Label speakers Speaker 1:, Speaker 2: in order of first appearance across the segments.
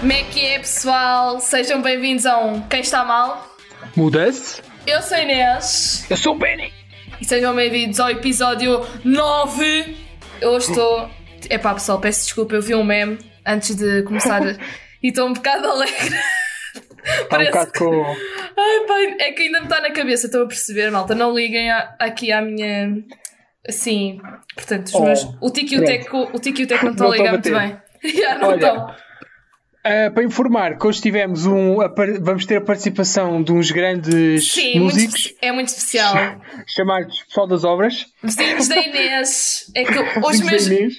Speaker 1: Como é que é, pessoal? Sejam bem-vindos a um Quem Está Mal.
Speaker 2: Muda-se?
Speaker 1: Eu sou a Inês
Speaker 2: Eu sou o Benny!
Speaker 1: e sejam bem-vindos ao episódio 9. Eu estou. Epá, pessoal, peço desculpa, eu vi um meme antes de começar e estou um bocado alegre.
Speaker 2: Está um bocado com.
Speaker 1: Ai, pai, é que ainda me está na cabeça, estou a perceber, malta. Não liguem a- aqui à minha. Assim, portanto, os
Speaker 2: Oh,
Speaker 1: meus. O Tico e o
Speaker 2: pronto.
Speaker 1: Teco, o Tico e o Teco não estão
Speaker 2: Não
Speaker 1: a ligar muito
Speaker 2: estão a
Speaker 1: bem. Já, não
Speaker 2: Olha,
Speaker 1: estão.
Speaker 2: Ah, para informar que hoje tivemos um. a par- Vamos ter a participação de uns grandes
Speaker 1: Sim, muito
Speaker 2: músicos
Speaker 1: espe- é muito especial.
Speaker 2: chamados Pessoal das Obras.
Speaker 1: Vizinhos da Inês. É que hoje
Speaker 2: Músicos da
Speaker 1: mesmo.
Speaker 2: Inês.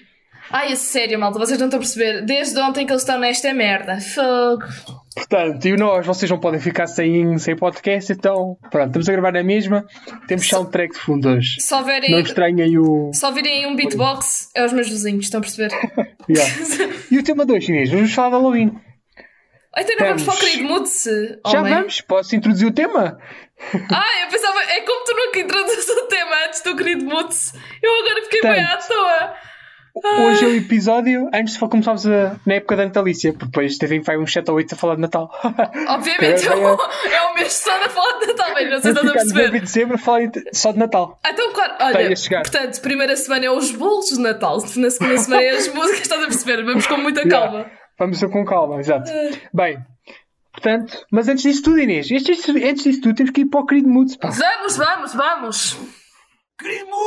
Speaker 1: Ai, a sério, malta, vocês não estão a perceber. Desde ontem que eles estão nesta merda. Fogo.
Speaker 2: Portanto, e nós, vocês não podem ficar sem, sem podcast, então. Pronto, estamos a gravar na mesma. Temos soundtrack de fundo hoje.
Speaker 1: Só verem.
Speaker 2: Não estranhem o.
Speaker 1: Só virem um beatbox é os meus vizinhos, estão a perceber?
Speaker 2: Yeah. E o tema 2, Inês? Vamos falar de Halloween.
Speaker 1: Então não vamos
Speaker 2: Vamos.
Speaker 1: para o querido Mutse.
Speaker 2: Já
Speaker 1: homem.
Speaker 2: vamos? Posso introduzir o tema?
Speaker 1: Ah, eu pensava. É como tu nunca introduzes o tema antes do querido Mutse. Eu agora fiquei bem à
Speaker 2: Portanto.
Speaker 1: toa.
Speaker 2: Hoje é o episódio antes de começarmos a, na época da Natalícia, porque depois teve vai uns 7 ou 8 a falar de Natal.
Speaker 1: Obviamente, é,
Speaker 2: Bem,
Speaker 1: o- é o mês só da falar de Natal, bem, não sei se estão a
Speaker 2: Ficamos
Speaker 1: perceber.
Speaker 2: em dezembro a falar de- só de Natal.
Speaker 1: Ah, Então, claro,
Speaker 2: Está aí
Speaker 1: olha,
Speaker 2: a chegar.
Speaker 1: portanto, primeira semana é os bolos de Natal, na segunda semana é as músicas, estás a perceber? Vamos com muita
Speaker 2: Yeah.
Speaker 1: calma.
Speaker 2: Vamos com calma, exato. Bem, portanto, mas antes disso tudo, Inês, antes disso, antes disso tudo, temos que ir para o querido Moods. pá.
Speaker 1: Vamos, vamos, vamos! Crimo!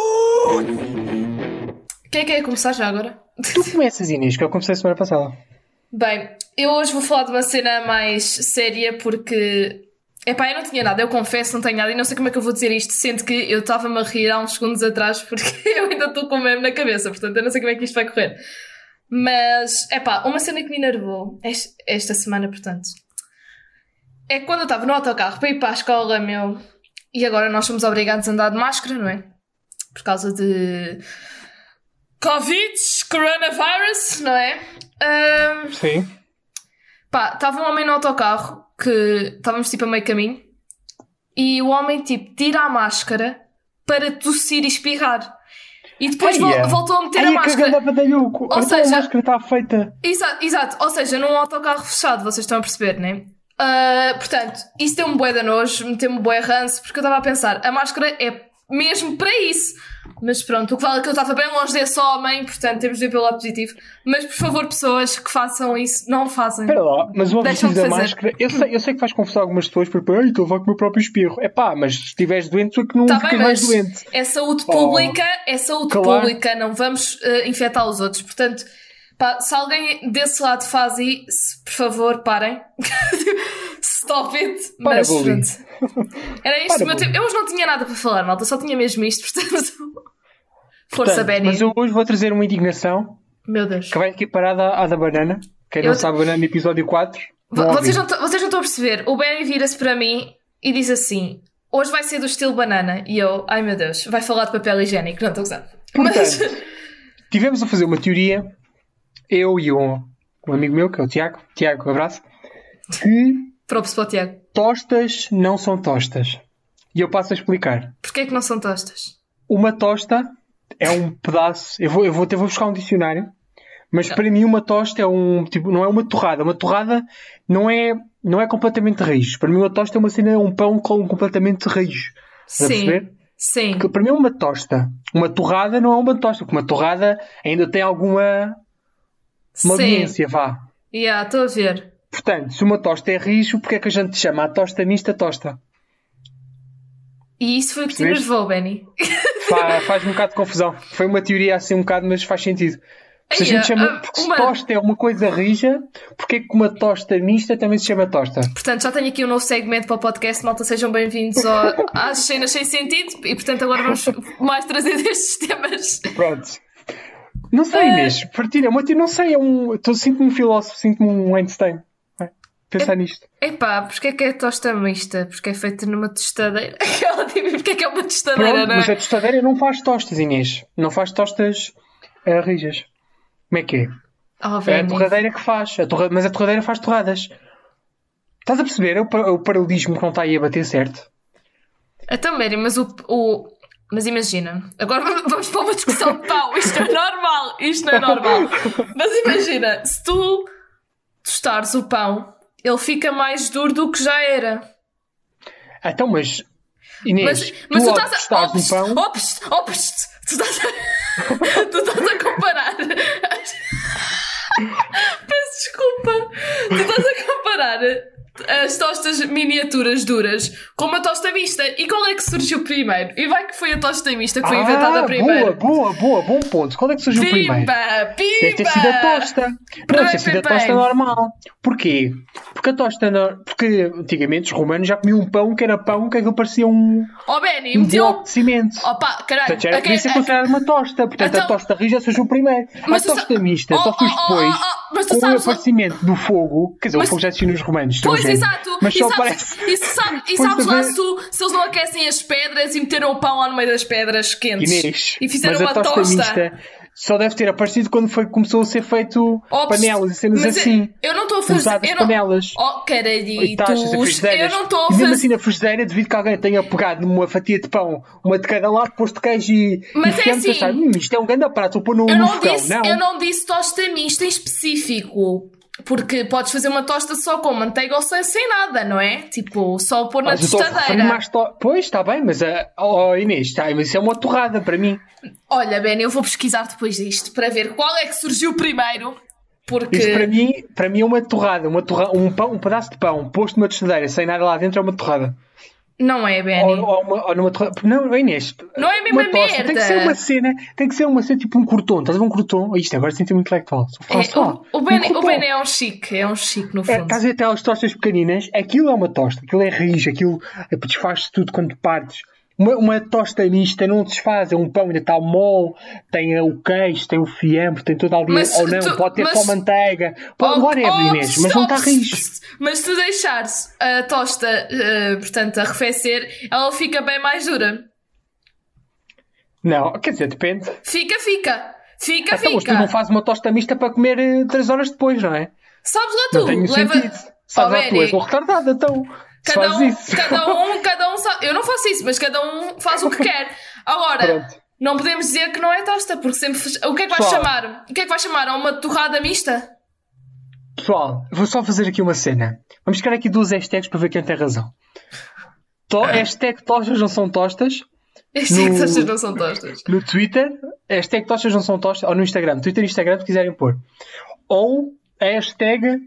Speaker 1: Quem é que é começar já agora?
Speaker 2: Tu começas, Inês, que eu comecei semana passada.
Speaker 1: Bem, eu hoje vou falar de uma cena mais séria porque. Epá, eu não tinha nada, eu confesso, não tenho nada e não sei como é que eu vou dizer isto, sendo que eu estava-me a rir há uns segundos atrás porque eu ainda estou com o meme na cabeça, portanto eu não sei como é que isto vai correr. Mas, epá, uma cena que me enervou es- esta semana, portanto, é que quando eu estava no autocarro para ir para a escola, meu, e agora nós somos obrigados a andar de máscara, não é? Por causa de. Covid, coronavirus, não é? Ahm,
Speaker 2: Sim.
Speaker 1: Pá, estava um homem no autocarro que estávamos tipo a meio caminho e o homem tipo tira a máscara para tossir e espirrar. E depois
Speaker 2: Ai,
Speaker 1: vol-
Speaker 2: é.
Speaker 1: voltou a meter
Speaker 2: Ai,
Speaker 1: a
Speaker 2: é que
Speaker 1: máscara.
Speaker 2: ganda badalhoco. Então
Speaker 1: seja-
Speaker 2: a máscara está feita.
Speaker 1: Exato, exato, ou seja, num autocarro fechado, vocês estão a perceber, não é? Ah, portanto, isso deu-me bué de nojo, meteu-me bué ranço, porque eu estava a pensar, a máscara é mesmo para isso. Mas pronto, o que vale é que eu estava bem longe desse homem, portanto temos de ver pelo lado positivo. Mas por favor, pessoas que façam isso, não fazem.
Speaker 2: Espera lá, mas o objetivo
Speaker 1: Deixa-me
Speaker 2: da
Speaker 1: fazer.
Speaker 2: máscara. Eu sei, eu sei que faz confusão a algumas pessoas, porque ai, estou a levar com o meu próprio espirro. É pá, mas se estiveres doente, tu é que não
Speaker 1: Tá
Speaker 2: ficas
Speaker 1: bem,
Speaker 2: mais
Speaker 1: mas
Speaker 2: doente.
Speaker 1: é saúde
Speaker 2: Oh.
Speaker 1: pública, é saúde
Speaker 2: Claro.
Speaker 1: pública, não vamos eh, infectar os outros. Portanto, pá, se alguém desse lado faz isso, por favor, parem. Stop it.
Speaker 2: Para,
Speaker 1: mas
Speaker 2: bully.
Speaker 1: pronto. Era isto
Speaker 2: Para,
Speaker 1: o meu
Speaker 2: bully.
Speaker 1: tempo. Eu hoje não tinha nada para falar, malta, só tinha mesmo isto, portanto. Força,
Speaker 2: Portanto,
Speaker 1: Benny.
Speaker 2: mas eu hoje vou trazer uma indignação
Speaker 1: Meu Deus.
Speaker 2: que vai aqui parada à da banana. Quem
Speaker 1: Eu
Speaker 2: não
Speaker 1: te-
Speaker 2: sabe, banana episódio 4.
Speaker 1: Vo-
Speaker 2: vão
Speaker 1: Vocês
Speaker 2: ouvir.
Speaker 1: não, tão- vocês não estão a perceber. O Benny vira-se para mim e diz assim: hoje vai ser do estilo banana. E eu, ai meu Deus, vai falar de papel higiênico. Não, estou a gozar. Mas.
Speaker 2: Portanto, tivemos a fazer uma teoria, eu e um, um amigo meu, que é o Tiago, Tiago, abraço, que
Speaker 1: Props para o Tiago.
Speaker 2: tostas não são tostas. E eu passo a explicar.
Speaker 1: Porquê é que não são tostas?
Speaker 2: Uma tosta é um pedaço. Eu vou, eu vou até vou buscar um dicionário, mas para mim uma tosta é um tipo, não é uma torrada. Uma torrada não é, não é completamente raiz. Para mim uma tosta é uma cena, é um pão com completamente raiz. Estás a perceber?
Speaker 1: Sim. Sim.
Speaker 2: que para mim é uma tosta. Uma torrada não é uma tosta, porque uma torrada ainda tem alguma
Speaker 1: Sim.
Speaker 2: malignância, vá.
Speaker 1: Yeah, estou a ver.
Speaker 2: Portanto, se uma tosta é rijo, porque é que a gente chama a tosta nisto a tosta?
Speaker 1: E isso foi o que te
Speaker 2: Percebeste?
Speaker 1: nervou, Benny.
Speaker 2: Fa- faz um bocado de confusão. Foi uma teoria assim um bocado, mas faz sentido. Se
Speaker 1: Eia,
Speaker 2: a gente
Speaker 1: ah,
Speaker 2: chama, porque
Speaker 1: uma-
Speaker 2: se tosta é uma coisa rija, porque é que uma tosta mista também se chama tosta?
Speaker 1: Portanto, já tenho aqui um novo segmento para o podcast. Malta, sejam bem-vindos ao... às cenas sem sentido. E, portanto, agora vamos mais trazer destes temas.
Speaker 2: Pronto. Não sei,
Speaker 1: Ah.
Speaker 2: Inês. Partilha. Uma teoria, não sei, é um. estou- Sinto-me um filósofo, sinto-me um Einstein. É, Pensar nisto.
Speaker 1: Epá, porquê é que é tosta mista? Porque é feita numa tostadeira. Aquela tipo, porquê é que é uma tostadeira,
Speaker 2: Pronto,
Speaker 1: não
Speaker 2: mas
Speaker 1: é?
Speaker 2: a tostadeira não faz tostas, Inês. Não faz tostas ah, rijas. Como é que é?
Speaker 1: Oh,
Speaker 2: É a
Speaker 1: Benny.
Speaker 2: torradeira que faz. A torra- Mas a torradeira faz torradas. Estás a perceber? É o, pa- é o paralelismo que não está aí a bater certo.
Speaker 1: Então, Benny, mas o... o- Mas imagina, agora vamos- vamos para uma discussão de pau, isto é normal, isto não é normal. Mas imagina, se tu tostares o pão, ele fica mais duro do que já era.
Speaker 2: Então, mas. Inês,
Speaker 1: Mas, mas tu
Speaker 2: ao
Speaker 1: estás a.
Speaker 2: tostares
Speaker 1: Opst,
Speaker 2: o pão.
Speaker 1: opst, opst, tu estás a. tu estás a comparar. Peço desculpa. Tu estás a comparar as tostas miniaturas duras com uma tosta mista. E qual é que surgiu primeiro? E vai que foi a tosta mista que foi inventada
Speaker 2: ah, boa,
Speaker 1: primeiro.
Speaker 2: boa, boa, bom ponto. Quando é que surgiu o primeiro?
Speaker 1: Pimba,
Speaker 2: Deve ter sido a
Speaker 1: pimba!
Speaker 2: tosta. Não, deve
Speaker 1: Bem,
Speaker 2: ter sido
Speaker 1: bem,
Speaker 2: a tosta
Speaker 1: bem.
Speaker 2: normal. Porquê? Porque a tosta. no- Porque antigamente os romanos já comiam um pão que era pão que aquilo parecia um,
Speaker 1: Oh Benny,
Speaker 2: um
Speaker 1: meteu.
Speaker 2: bloco de cimento.
Speaker 1: Opa, caralho.
Speaker 2: Portanto, já era
Speaker 1: ok,
Speaker 2: devia ser
Speaker 1: eh,
Speaker 2: considerado uma tosta. Portanto,
Speaker 1: então-
Speaker 2: a tosta rija surgiu primeiro.
Speaker 1: Mas
Speaker 2: a
Speaker 1: tu sa-
Speaker 2: tosta mista
Speaker 1: Oh,
Speaker 2: só surge
Speaker 1: oh, oh,
Speaker 2: depois.
Speaker 1: oh, oh, mas tu
Speaker 2: com
Speaker 1: sabes-
Speaker 2: o aparecimento do fogo. Quer dizer,
Speaker 1: Mas-
Speaker 2: o fogo já existia nos romanos.
Speaker 1: Pois,
Speaker 2: tragédia.
Speaker 1: exato.
Speaker 2: Mas
Speaker 1: e
Speaker 2: só
Speaker 1: sabes,
Speaker 2: aparece.
Speaker 1: e sabe- e
Speaker 2: Pois é-
Speaker 1: sabes lá
Speaker 2: também-
Speaker 1: se, o- se eles não aquecem as pedras e meteram o pão lá no meio das pedras quentes
Speaker 2: Inês,
Speaker 1: e fizeram
Speaker 2: mas
Speaker 1: uma
Speaker 2: a tosta,
Speaker 1: tosta.
Speaker 2: mista só deve ter aparecido quando foi, começou a ser feito
Speaker 1: Oh,
Speaker 2: panelas e cenas
Speaker 1: mas eu-
Speaker 2: assim.
Speaker 1: Eu não estou a fazer.
Speaker 2: Usadas
Speaker 1: Eu não...
Speaker 2: panelas.
Speaker 1: Oh,
Speaker 2: E taxas,
Speaker 1: caralhitos. Eu
Speaker 2: frigideiras.
Speaker 1: não estou a
Speaker 2: E mesmo
Speaker 1: fazer.
Speaker 2: assim na frigideira, devido que alguém tenha pegado numa fatia de pão, uma de cada lado, posto queijo e,
Speaker 1: Mas
Speaker 2: e
Speaker 1: é
Speaker 2: fizemos
Speaker 1: assim.
Speaker 2: achar, hum, isto é um grande prato, vou pôr no,
Speaker 1: eu,
Speaker 2: no
Speaker 1: não
Speaker 2: fogão.
Speaker 1: disse,
Speaker 2: não,
Speaker 1: eu não disse tosta mista em específico. Porque podes fazer uma tosta só com manteiga ou sem, sem nada, não é? Tipo, só pôr na
Speaker 2: mas eu estou a referir-me
Speaker 1: tostadeira.
Speaker 2: mais to- Pois, está bem, mas a... oh, Inês, está, mas isso é uma torrada para mim.
Speaker 1: Olha, Ben, eu vou pesquisar depois disto para ver qual é que surgiu primeiro. Porque.
Speaker 2: Isto para mim, para mim é uma torrada, uma torra... um, pão, um pedaço de pão posto numa tostadeira sem nada lá dentro é uma torrada.
Speaker 1: Não é,
Speaker 2: Ou,
Speaker 1: Benny.
Speaker 2: ou uma- ou numa torrada. Não, Inês.
Speaker 1: Não é a mesma
Speaker 2: Uma tosta, tem que ser uma
Speaker 1: merda.
Speaker 2: cena, tem que ser uma cena tipo um crouton, estás a ver um crouton? Isto agora senti-me intelectual. Sou
Speaker 1: É,
Speaker 2: François.
Speaker 1: o, o, ben,
Speaker 2: Um
Speaker 1: o
Speaker 2: crouton.
Speaker 1: Ben é um chique, é um chique no
Speaker 2: É,
Speaker 1: fundo.
Speaker 2: estás a ver aquelas tostas pequeninas? Aquilo é uma tosta, aquilo é rijo, aquilo é, desfaz-se tudo quando partes. Uma, uma tosta mista não desfaz, é um pão ainda está mole, tem eh, o queijo, tem o fiambre, tem toda a ali,
Speaker 1: Mas
Speaker 2: ou não,
Speaker 1: tu-
Speaker 2: pode ter
Speaker 1: mas-
Speaker 2: só manteiga, pode,
Speaker 1: Oh,
Speaker 2: whatever,
Speaker 1: oh,
Speaker 2: é Inês, mas não está
Speaker 1: stop,
Speaker 2: rijo.
Speaker 1: Mas se deixares a tosta, eh, portanto, arrefecer, ela fica bem mais dura.
Speaker 2: Não, quer dizer, depende.
Speaker 1: Fica, fica. Fica,
Speaker 2: Então, mas tu
Speaker 1: fica.
Speaker 2: não fazes uma tosta mista para comer 3 horas depois, não é?
Speaker 1: Sabes lá
Speaker 2: Não
Speaker 1: tu,
Speaker 2: tem
Speaker 1: leva.
Speaker 2: sentido.
Speaker 1: Oh,
Speaker 2: Sabes, lá, tu
Speaker 1: Benny,
Speaker 2: és um retardado, então, se
Speaker 1: cada,
Speaker 2: fazes
Speaker 1: um,
Speaker 2: isso.
Speaker 1: cada um, cada um sabe. Eu não faço isso, mas cada um faz o que quer. Agora,
Speaker 2: Pronto.
Speaker 1: não podemos dizer que não é tosta, porque sempre. fech- O que é que vais
Speaker 2: Pessoal.
Speaker 1: chamar? O que é que vais chamar? A uma torrada mista?
Speaker 2: Pessoal, vou só fazer aqui uma cena. Vamos criar aqui duas hashtags para ver quem tem razão. To hashtag tostas não são tostas
Speaker 1: Estas
Speaker 2: No-
Speaker 1: tostas assim não são tostas.
Speaker 2: no Twitter. Hashtag tostas não são tostas. Ou no Instagram. Twitter e Instagram se quiserem pôr. Ou a hashtag.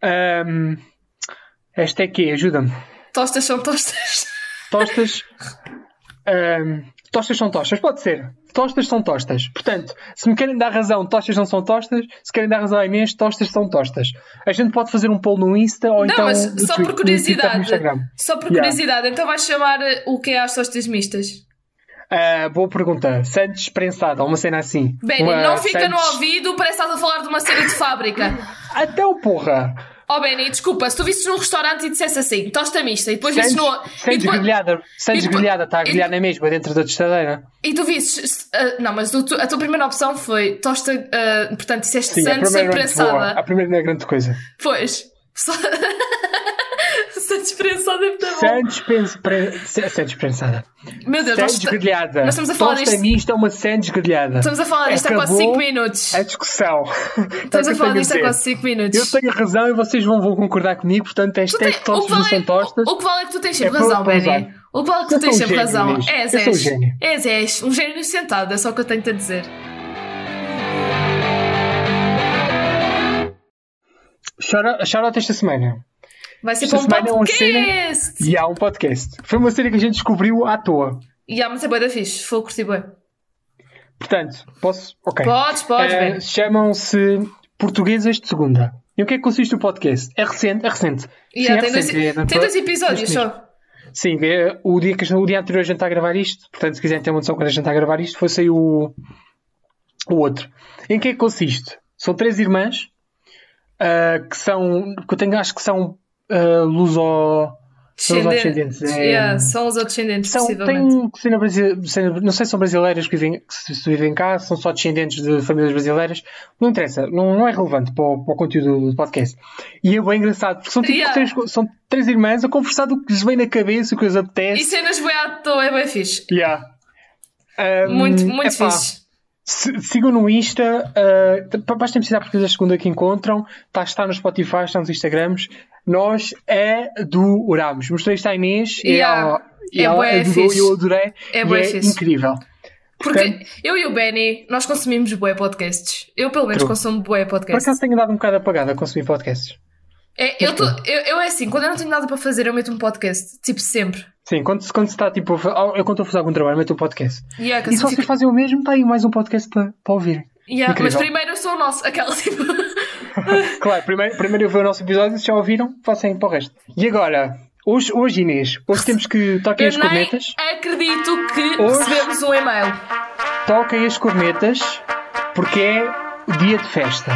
Speaker 2: ahm, hashtag quê? Ajuda-me.
Speaker 1: Tostas são tostas.
Speaker 2: Tostas. ahm, tostas são tostas. Pode ser. Tostas são tostas. Portanto, se me querem dar razão, tostas não são tostas. Se querem dar razão a Inês, tostas são tostas. A gente pode fazer um poll no Insta ou
Speaker 1: não,
Speaker 2: então.
Speaker 1: mas
Speaker 2: no
Speaker 1: só por
Speaker 2: Twitter- no Twitter,
Speaker 1: curiosidade.
Speaker 2: no Instagram.
Speaker 1: Só por
Speaker 2: Yeah.
Speaker 1: curiosidade, então vais chamar eh, o que é às tostas mistas?
Speaker 2: Ah, boa pergunta. Santos prensado, uma cena assim.
Speaker 1: Benny,
Speaker 2: Uma
Speaker 1: não fica no
Speaker 2: Santos-
Speaker 1: ouvido, parece que estás a falar de uma série de fábrica.
Speaker 2: Então, porra!
Speaker 1: Oh Benny, desculpa, se tu visses num restaurante e dissesse assim, tosta mista, e depois
Speaker 2: Santos,
Speaker 1: visses no. E,
Speaker 2: Santos
Speaker 1: depois-
Speaker 2: grelhada. Santos
Speaker 1: depois-
Speaker 2: grelhada, está a
Speaker 1: e-
Speaker 2: grelhar na mesma, dentro da tostadeira.
Speaker 1: e tu visses. eh, não, mas o tu- a tua primeira opção foi tosta. eh, portanto, disseste
Speaker 2: Sim, a
Speaker 1: Santos
Speaker 2: primeira
Speaker 1: sem
Speaker 2: não é muito boa. A
Speaker 1: prensada.
Speaker 2: primeira não é grande coisa.
Speaker 1: Pois. Só... Santos prensada é muito bom.
Speaker 2: Santos, pens... pre... Sa- Santos prensada.
Speaker 1: Meu Deus, nós,
Speaker 2: Santos grelhada.
Speaker 1: nós estamos a falar
Speaker 2: Tosta
Speaker 1: disto-
Speaker 2: mista é uma Santos grelhada.
Speaker 1: estamos a falar disto há quase
Speaker 2: Acabou
Speaker 1: 5 minutos.
Speaker 2: A discussão. É o
Speaker 1: Estamos
Speaker 2: que
Speaker 1: a falar
Speaker 2: eu tenho
Speaker 1: disto há
Speaker 2: dizer.
Speaker 1: quase 5 minutos.
Speaker 2: Eu tenho razão e vocês vão, vão concordar comigo, portanto,
Speaker 1: Tu
Speaker 2: hashtag
Speaker 1: tem- o, que
Speaker 2: tostas não
Speaker 1: vale,
Speaker 2: são tostas.
Speaker 1: o- o que vale é que tu tens sempre
Speaker 2: É
Speaker 1: razão,
Speaker 2: para- para
Speaker 1: Benny.
Speaker 2: usar.
Speaker 1: O que vale é que tu
Speaker 2: Eu
Speaker 1: tens
Speaker 2: sou um
Speaker 1: sempre
Speaker 2: gênio,
Speaker 1: razão.
Speaker 2: Inês.
Speaker 1: És,
Speaker 2: Eu sou um
Speaker 1: és.
Speaker 2: gênio.
Speaker 1: És, és. Um gênio sentado, é só o que eu tenho-te a dizer.
Speaker 2: Shout-out shout out esta semana.
Speaker 1: Vai ser
Speaker 2: Esta
Speaker 1: para um
Speaker 2: semana é uma
Speaker 1: podcast!
Speaker 2: E há um podcast. Foi uma série que a gente descobriu à toa.
Speaker 1: E há muita boa da fixe, foi curtir bem.
Speaker 2: Portanto, posso. Ok.
Speaker 1: Podes, podes,
Speaker 2: Eh,
Speaker 1: Ben.
Speaker 2: Chamam-se Portuguesas de Segunda. E o que é que consiste o podcast? É recente, é recente. Sim,
Speaker 1: Yeah, tem, dois,
Speaker 2: recente, é-
Speaker 1: tem dois episódios
Speaker 2: neste mês.
Speaker 1: só.
Speaker 2: Sim, é, o dia, que, o dia anterior a gente está a gravar isto. Portanto, se quiserem ter uma noção quando a gente está a gravar isto, foi sair o, o outro. Em que é que consiste? São três irmãs ah, que são. que eu tenho, acho que são ah, luso. São os
Speaker 1: Descendentes.
Speaker 2: descendentes, é.
Speaker 1: Yeah, são os descendentes,
Speaker 2: São, um
Speaker 1: possivelmente.
Speaker 2: tem cena brasi- cena- não sei se são brasileiras que vivem, que se- se vivem cá, se são só descendentes de famílias brasileiras. Não interessa, não, não é relevante para o, para o conteúdo do podcast. E é bem engraçado, porque são, tipo
Speaker 1: Yeah.
Speaker 2: três, co- são três irmãs a conversar do que lhes vem na cabeça, o que lhes apetece.
Speaker 1: E cenas boi à toa é bem fixe.
Speaker 2: Yeah. Um,
Speaker 1: Muito, muito
Speaker 2: epá,
Speaker 1: fixe.
Speaker 2: Se- Sigam no Insta, uh, basta precisar pesquisar a segunda que encontram, está, está no Spotify, está nos Instagrams. Nós adoramos. Mostrei isto à Inês e
Speaker 1: Yeah.
Speaker 2: ela, e
Speaker 1: É
Speaker 2: ela
Speaker 1: bué
Speaker 2: adorou
Speaker 1: fixe.
Speaker 2: e eu adorei.
Speaker 1: É
Speaker 2: e
Speaker 1: bué
Speaker 2: é
Speaker 1: fixe.
Speaker 2: incrível.
Speaker 1: Porque
Speaker 2: Portanto-
Speaker 1: eu e o Benny, nós consumimos bué podcasts. Eu, pelo menos,
Speaker 2: True.
Speaker 1: consumo bué
Speaker 2: Por
Speaker 1: podcasts.
Speaker 2: acaso tenho dado um bocado apagado a consumir podcasts.
Speaker 1: É, eu, tô, eu, eu é assim, quando eu não tenho nada para fazer, eu meto um podcast. Tipo, sempre.
Speaker 2: Sim, quando, se- quando se está tipo, a fa- ah, eu quando estou a fazer algum trabalho, meto um podcast.
Speaker 1: E é que
Speaker 2: E se
Speaker 1: assim
Speaker 2: vocês
Speaker 1: fica-
Speaker 2: fazem o mesmo, está aí mais um podcast para, para ouvir.
Speaker 1: Yeah, mas
Speaker 2: Incrível.
Speaker 1: primeiro eu sou o nosso, aquela tipo.
Speaker 2: Claro, primeiro, primeiro eu ver o nosso episódio, se já ouviram, passem para o resto. E agora, hoje, hoje Inês, hoje temos que toquem
Speaker 1: Eu
Speaker 2: as
Speaker 1: nem
Speaker 2: cornetas.
Speaker 1: acredito que
Speaker 2: Hoje-
Speaker 1: recebemos um e-mail.
Speaker 2: Toquem as cornetas porque é dia de festa.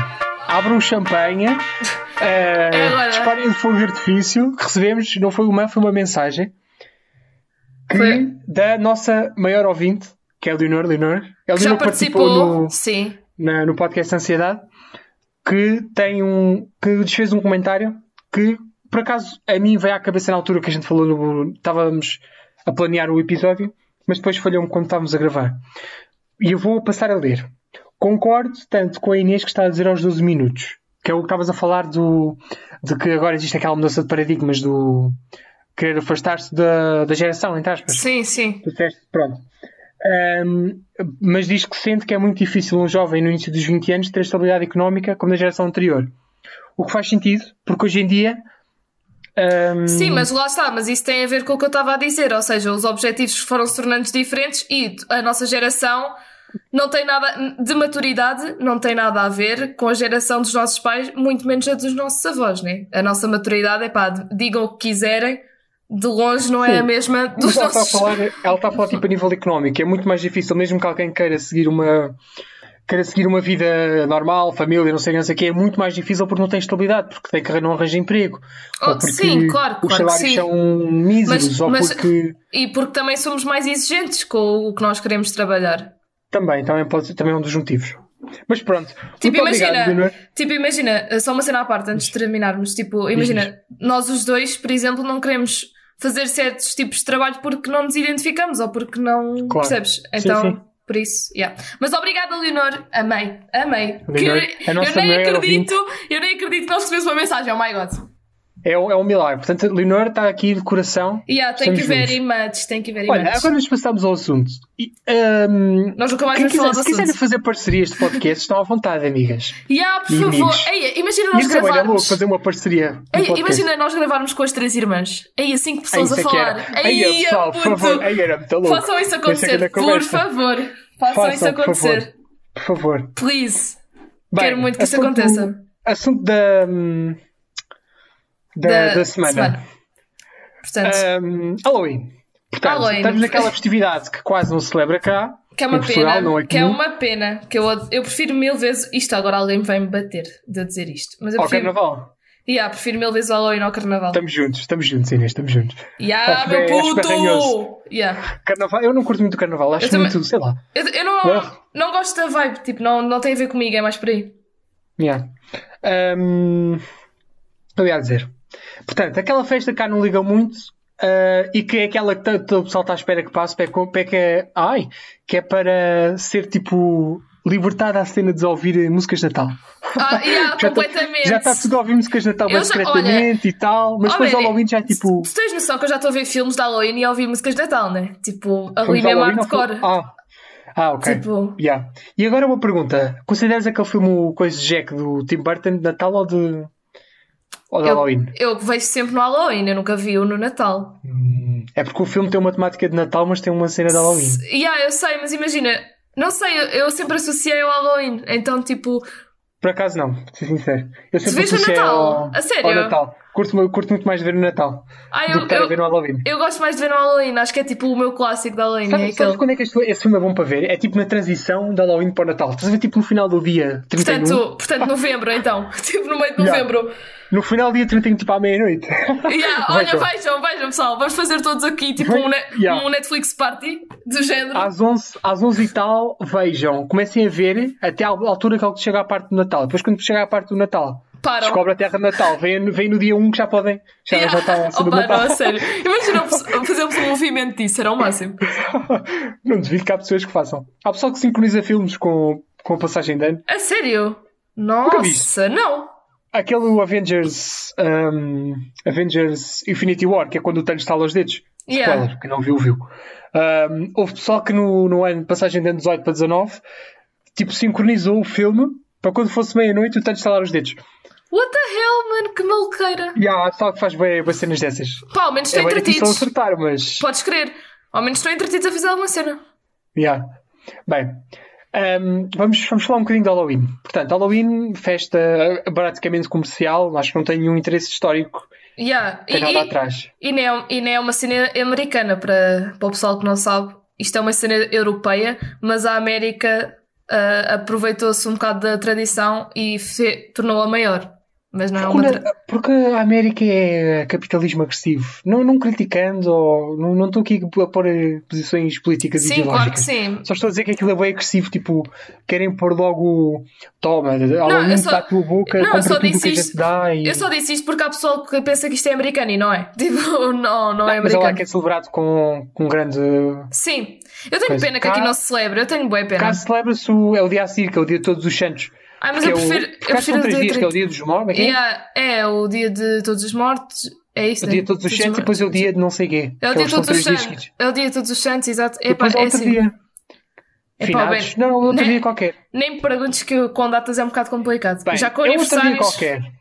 Speaker 2: Abram champanha, eh,
Speaker 1: É agora.
Speaker 2: disparem o fogo de artifício que recebemos, não foi uma, foi uma mensagem que
Speaker 1: Foi-
Speaker 2: da nossa maior ouvinte, que é a Leonor. Leonor, a
Speaker 1: Que já
Speaker 2: Leonor
Speaker 1: participou.
Speaker 2: no,
Speaker 1: Sim.
Speaker 2: na- no podcast Ansiedade, que tem um. que nos fez um comentário que por acaso a mim veio à cabeça na altura que a gente falou no. Estávamos a planear o episódio, mas depois falhou-me quando estávamos a gravar. E eu vou passar a ler. Concordo tanto com a Inês que está a dizer aos 12 minutos, que é o que estavas a falar do, de que agora existe aquela mudança de paradigmas do querer afastar-se da, da geração, entre aspas.
Speaker 1: Sim, sim.
Speaker 2: Tu disseste, pronto. Ahm, mas diz que sente que é muito difícil um jovem no início dos 20 anos ter estabilidade económica como na geração anterior. O que faz sentido, porque hoje em dia. ahm,
Speaker 1: Sim, mas lá está, mas isso tem a ver com o que eu estava a dizer, ou seja, os objetivos foram se tornando diferentes e a nossa geração não tem nada de maturidade, não tem nada a ver com a geração dos nossos pais, muito menos a dos nossos avós, né? A nossa maturidade é pá, digam o que quiserem, de longe não é
Speaker 2: Sim.
Speaker 1: a mesma dos
Speaker 2: mas ela,
Speaker 1: nossos
Speaker 2: está a falar, ela está a falar tipo a nível económico. É muito mais difícil, mesmo que alguém queira seguir uma. Queira seguir uma vida normal, família, não sei, não sei o que, é muito mais difícil porque não tem estabilidade, porque tem que não arranja emprego.
Speaker 1: Oh,
Speaker 2: ou porque
Speaker 1: sim, claro, claro
Speaker 2: os
Speaker 1: que
Speaker 2: salários
Speaker 1: sim.
Speaker 2: são míseros,
Speaker 1: Mas-
Speaker 2: ou
Speaker 1: mas-
Speaker 2: porque.
Speaker 1: E porque também somos mais exigentes com o que nós queremos trabalhar.
Speaker 2: Também, também, pode, ser- também é um dos motivos. Mas pronto.
Speaker 1: Tipo,
Speaker 2: muito obrigado,
Speaker 1: imagina,
Speaker 2: Leonor.
Speaker 1: tipo, imagina, só uma cena à parte antes de terminarmos. Tipo, imagina, nós os dois, por exemplo, não queremos fazer certos tipos de trabalho porque não nos identificamos ou porque não
Speaker 2: Claro.
Speaker 1: percebes. Então,
Speaker 2: sim.
Speaker 1: por isso, yeah. Mas obrigada, Leonor. Amei, amei. Que
Speaker 2: Leonor,
Speaker 1: eu-
Speaker 2: a nossa
Speaker 1: eu nem
Speaker 2: maior
Speaker 1: acredito, eu nem acredito que nós recebemos uma mensagem. Oh my god.
Speaker 2: É, um- é um milagre. Portanto, Leonor está aqui de coração.
Speaker 1: Yeah, thank you
Speaker 2: Estamos
Speaker 1: very much, thank you very
Speaker 2: Olha,
Speaker 1: much.
Speaker 2: agora nos passamos ao assunto. E, ahm,
Speaker 1: Nós nunca mais
Speaker 2: quem
Speaker 1: vamos falar
Speaker 2: quiser,
Speaker 1: do
Speaker 2: se quiserem
Speaker 1: assunto.
Speaker 2: fazer parcerias de podcast, estão à vontade, amigas.
Speaker 1: Yeah, por
Speaker 2: E
Speaker 1: favor.
Speaker 2: amigos.
Speaker 1: Ei, imagina
Speaker 2: E
Speaker 1: nós
Speaker 2: o trabalho é louco
Speaker 1: gravarmos.
Speaker 2: fazer uma parceria. de
Speaker 1: Ei,
Speaker 2: podcast.
Speaker 1: imagina nós gravarmos com as três irmãs. Aí, cinco
Speaker 2: Ei,
Speaker 1: pessoas
Speaker 2: isso
Speaker 1: a
Speaker 2: é que era.
Speaker 1: falar.
Speaker 2: Ei,
Speaker 1: Aí,
Speaker 2: pessoal, por favor. Ei, era muito louco.
Speaker 1: Façam isso
Speaker 2: Essa é que era a
Speaker 1: acontecer, por
Speaker 2: conversa.
Speaker 1: favor. Façam isso
Speaker 2: Façam, por
Speaker 1: acontecer.
Speaker 2: Por favor.
Speaker 1: Please.
Speaker 2: Bem,
Speaker 1: Quero muito que isso
Speaker 2: assunto-
Speaker 1: aconteça.
Speaker 2: Assunto da. hum, da, da, semana. Eh,
Speaker 1: Portanto,
Speaker 2: Ahm, Halloween. Portanto,
Speaker 1: Halloween.
Speaker 2: estamos naquela festividade que quase não se celebra cá.
Speaker 1: que é uma
Speaker 2: em Portugal,
Speaker 1: pena.
Speaker 2: não é
Speaker 1: que é
Speaker 2: comum.
Speaker 1: uma pena. Que eu, od- eu prefiro mil vezes. Isto agora alguém vai me bater de eu dizer isto. Mas eu
Speaker 2: Ao
Speaker 1: prefiro.
Speaker 2: carnaval.
Speaker 1: Yeah, prefiro mil vezes o Halloween ao carnaval.
Speaker 2: Estamos juntos, estamos juntos, Inês, estamos juntos.
Speaker 1: Yeah,
Speaker 2: Acho
Speaker 1: meu
Speaker 2: bem- acho
Speaker 1: puto!
Speaker 2: barranhoso.
Speaker 1: Yeah.
Speaker 2: Carnaval, eu não curto muito carnaval, acho
Speaker 1: Eu também-
Speaker 2: muito, sei lá.
Speaker 1: Eu, eu não,
Speaker 2: Ué.
Speaker 1: não gosto da vibe, tipo, não, não tem a ver comigo, é mais por aí.
Speaker 2: Yeah. Um, eu ia dizer. Portanto, aquela festa cá não liga muito ah, e que é aquela que tanto o pessoal está à espera que passe, que é, com- que é- ai, que é para ser tipo libertada a cena de ouvir músicas de Natal.
Speaker 1: Ah, yeah,
Speaker 2: Já tá-
Speaker 1: completamente.
Speaker 2: Já está tudo a ouvir músicas de Natal
Speaker 1: Eu
Speaker 2: bem
Speaker 1: já- olha-
Speaker 2: secretamente e tal, mas
Speaker 1: Oh,
Speaker 2: depois ao
Speaker 1: baby,
Speaker 2: Halloween já é tipo.
Speaker 1: Tu tens noção que eu já estou a ver filmes de Halloween e a ouvir músicas de Natal, né? Tipo, a
Speaker 2: fomos
Speaker 1: Ruína é
Speaker 2: ao Halloween ou
Speaker 1: hardcore.
Speaker 2: fomos- Ah. ah, ok.
Speaker 1: Tipo,
Speaker 2: Yeah. E agora uma pergunta: consideras aquele filme o Coisa de Jack do Tim Burton de Natal ou de, ou de
Speaker 1: eu,
Speaker 2: Halloween?
Speaker 1: eu vejo sempre no Halloween, eu nunca vi o no Natal.
Speaker 2: Hum, É porque o filme tem uma temática de Natal, mas tem uma cena de Halloween.
Speaker 1: Se- Yeah, eu sei, mas imagina, não sei, eu, eu sempre associei ao Halloween, então tipo,
Speaker 2: Por acaso não, vou ser sincero. Eu
Speaker 1: Tu
Speaker 2: sempre
Speaker 1: vês no
Speaker 2: associei
Speaker 1: Natal?
Speaker 2: ao,
Speaker 1: A sério?
Speaker 2: ao Natal. Curto, curto muito mais ver no Natal
Speaker 1: ah,
Speaker 2: do
Speaker 1: eu,
Speaker 2: que estar a ver
Speaker 1: eu,
Speaker 2: no Halloween.
Speaker 1: eu gosto mais de ver no Halloween, acho que é tipo o meu clássico de Halloween. é
Speaker 2: Sabe, sabes
Speaker 1: aquele.
Speaker 2: quando é que este, esse filme é bom para ver? É tipo na transição de Halloween para o Natal. Estás a ver tipo no final do dia 31?
Speaker 1: Portanto, portanto, novembro então, tipo no meio de
Speaker 2: Yeah.
Speaker 1: novembro.
Speaker 2: No final do dia 31, tipo à meia-noite.
Speaker 1: Yeah, olha,
Speaker 2: Vejam.
Speaker 1: vejam, vejam pessoal, vamos fazer todos aqui tipo um, ne-
Speaker 2: então. Yeah. Ah,
Speaker 1: um Netflix party do género.
Speaker 2: às 11, às 11 e tal, vejam, comecem a ver até à altura que algo chega à parte do Natal. Depois, quando chega à parte do Natal,
Speaker 1: Param.
Speaker 2: Descobre a terra de natal. Vem, vem no dia 1 que já podem. Já, já estão a ser do
Speaker 1: Opa, não,
Speaker 2: natal.
Speaker 1: a sério. Imagina fazermos um movimento disso, era o máximo.
Speaker 2: Não duvido que há pessoas que façam. Há pessoal que sincroniza filmes com, com a passagem de ano.
Speaker 1: A sério?
Speaker 2: vi isso.
Speaker 1: Nossa, não.
Speaker 2: Aquele Avengers, um, Avengers Infinity War, que é quando o Thanos estala os dedos.
Speaker 1: Yeah.
Speaker 2: Spoiler, quem não viu, viu. Um, houve pessoal que no, no ano de passagem de ano 18 para 19, tipo, sincronizou o filme para quando fosse meia-noite o Thanos estalar os dedos.
Speaker 1: What the hell, mano, que maluqueira.
Speaker 2: E há pessoal que faz bem, bem cenas dessas.
Speaker 1: Pá, ao menos
Speaker 2: É
Speaker 1: estão
Speaker 2: bem difícil
Speaker 1: entretidos.
Speaker 2: acertar, mas...
Speaker 1: Podes crer. Ao menos estão entretidos a fazer alguma cena.
Speaker 2: Yeah. Bem, ehm, vamos, vamos falar um bocadinho de Halloween. Portanto, Halloween, festa eh, praticamente comercial, acho que não tem nenhum interesse histórico,
Speaker 1: Yeah. E,
Speaker 2: tem nada
Speaker 1: e,
Speaker 2: atrás.
Speaker 1: e nem, é, e nem é uma cena americana para, para o pessoal que não sabe. Isto é uma cena europeia, mas a América ah, aproveitou-se um bocado da tradição e fe- tornou-a maior. Mas não é uma.
Speaker 2: Porque,
Speaker 1: Tra...
Speaker 2: porque a América é capitalismo agressivo. Não, não criticando, ou, não não estou aqui a pôr eh, posições políticas e
Speaker 1: Sim, claro que
Speaker 2: ideológicas.
Speaker 1: sim.
Speaker 2: Só estou a dizer que aquilo é bem agressivo, tipo, querem pôr logo, toma,
Speaker 1: eu
Speaker 2: Halloween
Speaker 1: só-
Speaker 2: está à tua boca,
Speaker 1: Não, eu
Speaker 2: compra
Speaker 1: só
Speaker 2: tudo o
Speaker 1: disse
Speaker 2: que a gente
Speaker 1: isto-
Speaker 2: dá e...
Speaker 1: Eu só disse isto porque há pessoal que pensa que isto é americano e não é. Tipo, não, não é
Speaker 2: Mas é lá
Speaker 1: americano.
Speaker 2: que é celebrado com, com grande
Speaker 1: Sim. Eu tenho
Speaker 2: Pois,
Speaker 1: pena que aqui
Speaker 2: cá-
Speaker 1: não se celebra. Eu tenho boa pena.
Speaker 2: Cá celebra-se o, é o dia a seguir, que é o dia de todos os santos.
Speaker 1: Ah, mas
Speaker 2: que
Speaker 1: eu
Speaker 2: é o-
Speaker 1: prefiro, eu
Speaker 2: porque acho que
Speaker 1: prefiro
Speaker 2: são
Speaker 1: o
Speaker 2: três
Speaker 1: dia
Speaker 2: dias, que é o
Speaker 1: 30.
Speaker 2: dia dos mortos, é que é?
Speaker 1: Yeah, é o dia de todos os mortos. É isso,
Speaker 2: o
Speaker 1: né?
Speaker 2: dia de todos os santos e depois é o
Speaker 1: mortos.
Speaker 2: dia de não sei quê.
Speaker 1: É o
Speaker 2: que
Speaker 1: dia de todos
Speaker 2: são
Speaker 1: os
Speaker 2: três dias
Speaker 1: santos.
Speaker 2: seguidos.
Speaker 1: É o dia de todos os santos, exato. É pá,
Speaker 2: Depois há
Speaker 1: é
Speaker 2: Tipo, outro
Speaker 1: assim.
Speaker 2: dia.
Speaker 1: É pá,
Speaker 2: Finados.
Speaker 1: bem.
Speaker 2: Não, não, outro
Speaker 1: Nem-
Speaker 2: dia qualquer.
Speaker 1: Nem me perguntes que com datas é um bocado complicado.
Speaker 2: Bem,
Speaker 1: Já com
Speaker 2: é outro dia
Speaker 1: aniversários.
Speaker 2: qualquer. Um,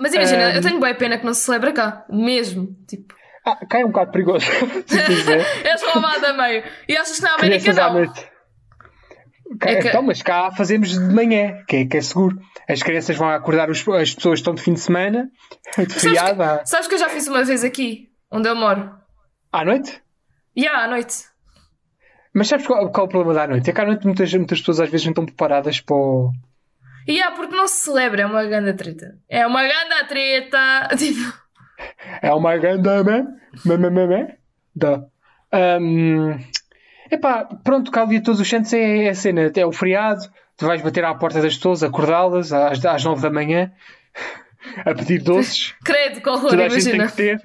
Speaker 1: Mas imagina, eu
Speaker 2: Ahm.
Speaker 1: tenho boa pena que não se celebra cá. Mesmo. Tipo,
Speaker 2: Ah, cai um bocado perigoso. se quiser.
Speaker 1: és roubada a meio. E achas que na América
Speaker 2: Crianças à
Speaker 1: não?
Speaker 2: noite. Cá-
Speaker 1: É que-
Speaker 2: Então, mas cá fazemos de manhã, que é, que é seguro. As crianças vão acordar, os- as pessoas estão de fim de semana, de
Speaker 1: Sabes
Speaker 2: feriado, à,
Speaker 1: que, sabes que eu já fiz uma vez aqui, onde eu moro?
Speaker 2: à noite.
Speaker 1: E yeah, à noite.
Speaker 2: Mas sabes qual, qual é o problema da noite? É que à noite muitas, muitas pessoas às vezes não estão preparadas para o,
Speaker 1: E yeah, porque não se celebra, é uma grande treta. É uma grande treta. Tipo,
Speaker 2: É uma grande mãe, mãe, mãe, mãe, mãe, da. Ahm, epá, pronto, cá o dia de todos os santos é, é a cena, é o feriado, tu vais bater à porta das pessoas, acordá-las às, às 9 da manhã, a pedir doces,
Speaker 1: credo, que horror,
Speaker 2: toda a gente tem
Speaker 1: imagina.
Speaker 2: que ter.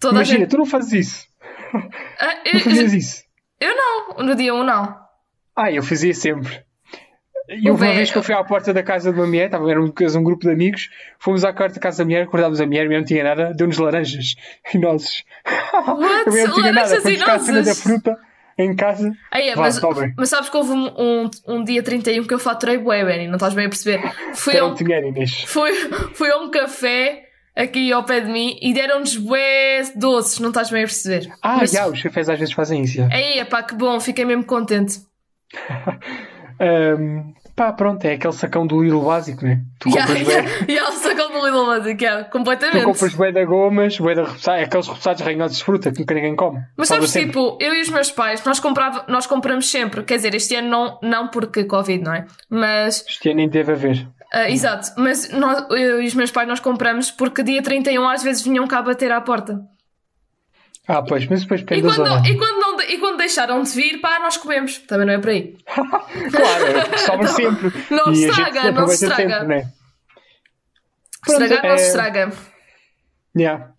Speaker 1: Toda a
Speaker 2: Imagina, assim.
Speaker 1: gente.
Speaker 2: tu não fazes isso,
Speaker 1: Ah,
Speaker 2: não fazias
Speaker 1: eu,
Speaker 2: isso.
Speaker 1: eu não, no dia 1 não.
Speaker 2: Ah, eu fazia sempre. E houve uma
Speaker 1: Bem,
Speaker 2: vez que eu fui à porta da casa de uma mulher, estava era um, era um grupo de amigos, fomos à porta da casa da mulher, acordámos a mulher, a mulher não tinha nada, deu-nos laranjas e nozes.
Speaker 1: What?
Speaker 2: A mulher não tinha nada,
Speaker 1: Laranjas
Speaker 2: foi
Speaker 1: e
Speaker 2: buscar a cena da
Speaker 1: nozes?
Speaker 2: fruta em casa.
Speaker 1: Aí, é,
Speaker 2: Vá,
Speaker 1: mas,
Speaker 2: cobrem.
Speaker 1: mas sabes que houve um, um, um dia 31 que eu faturei bué, Benny, não estás bem a perceber? Fui a,
Speaker 2: Deram
Speaker 1: um,
Speaker 2: dinheiro, Inês.
Speaker 1: fui, fui a um café aqui ao pé de mim e deram-nos bué doces, não estás bem a perceber?
Speaker 2: Ah,
Speaker 1: Mas-
Speaker 2: já, os cafés às vezes fazem isso. já.
Speaker 1: Aí, pá, que bom, fiquei mesmo contente.
Speaker 2: Ahm, pá, pronto, é aquele sacão do Lidl básico, né? Tu
Speaker 1: E há-
Speaker 2: compras bué-
Speaker 1: E ela sacou do Lidl Magic, é,
Speaker 2: Tu
Speaker 1: completamente.
Speaker 2: compras bué da gomas, bué da repoussada, aqueles repousados ranhosos de fruta que nunca ninguém come.
Speaker 1: Mas
Speaker 2: Sobra
Speaker 1: sabes,
Speaker 2: sempre.
Speaker 1: tipo, eu e os meus pais, nós, comprava, nós compramos sempre. Quer dizer, este ano não, não porque Covid, não é? Mas,
Speaker 2: Este ano nem deve haver.
Speaker 1: ah, exato, mas nós, eu e os meus pais nós compramos porque dia 31 às vezes vinham cá bater à porta.
Speaker 2: Ah, pois, mas depois
Speaker 1: E
Speaker 2: depende da zona.
Speaker 1: quando, e, quando não, de- e quando deixaram de vir, pá, nós comemos. Também não é por aí.
Speaker 2: Claro, sobra sempre.
Speaker 1: Não
Speaker 2: e a
Speaker 1: estraga,
Speaker 2: gente
Speaker 1: não
Speaker 2: aproveita
Speaker 1: estraga.
Speaker 2: sempre, né? Pronto,
Speaker 1: Estragar não
Speaker 2: é-
Speaker 1: se estraga.
Speaker 2: Yeah.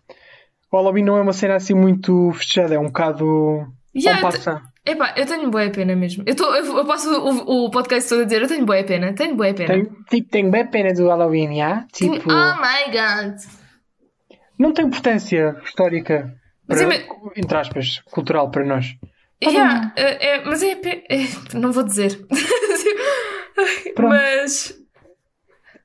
Speaker 2: O Halloween não é uma cena assim muito fechada, é um bocado.
Speaker 1: Yeah,
Speaker 2: ao
Speaker 1: eu te-
Speaker 2: passa.
Speaker 1: Epá, eu tenho boa pena mesmo. Eu, tô, eu, eu passo o, o podcast todo a dizer, eu tenho boa pena, tenho boa pena.
Speaker 2: Tem, tipo, tem bem pena do Halloween, yeah?
Speaker 1: Tenho-
Speaker 2: Tipo,
Speaker 1: Oh my god.
Speaker 2: não tem importância histórica,
Speaker 1: Mas
Speaker 2: para-
Speaker 1: é
Speaker 2: entre aspas, cultural para nós.
Speaker 1: Yeah, é, é- mas é, pe- é- Não vou dizer.
Speaker 2: Pronto.
Speaker 1: mas.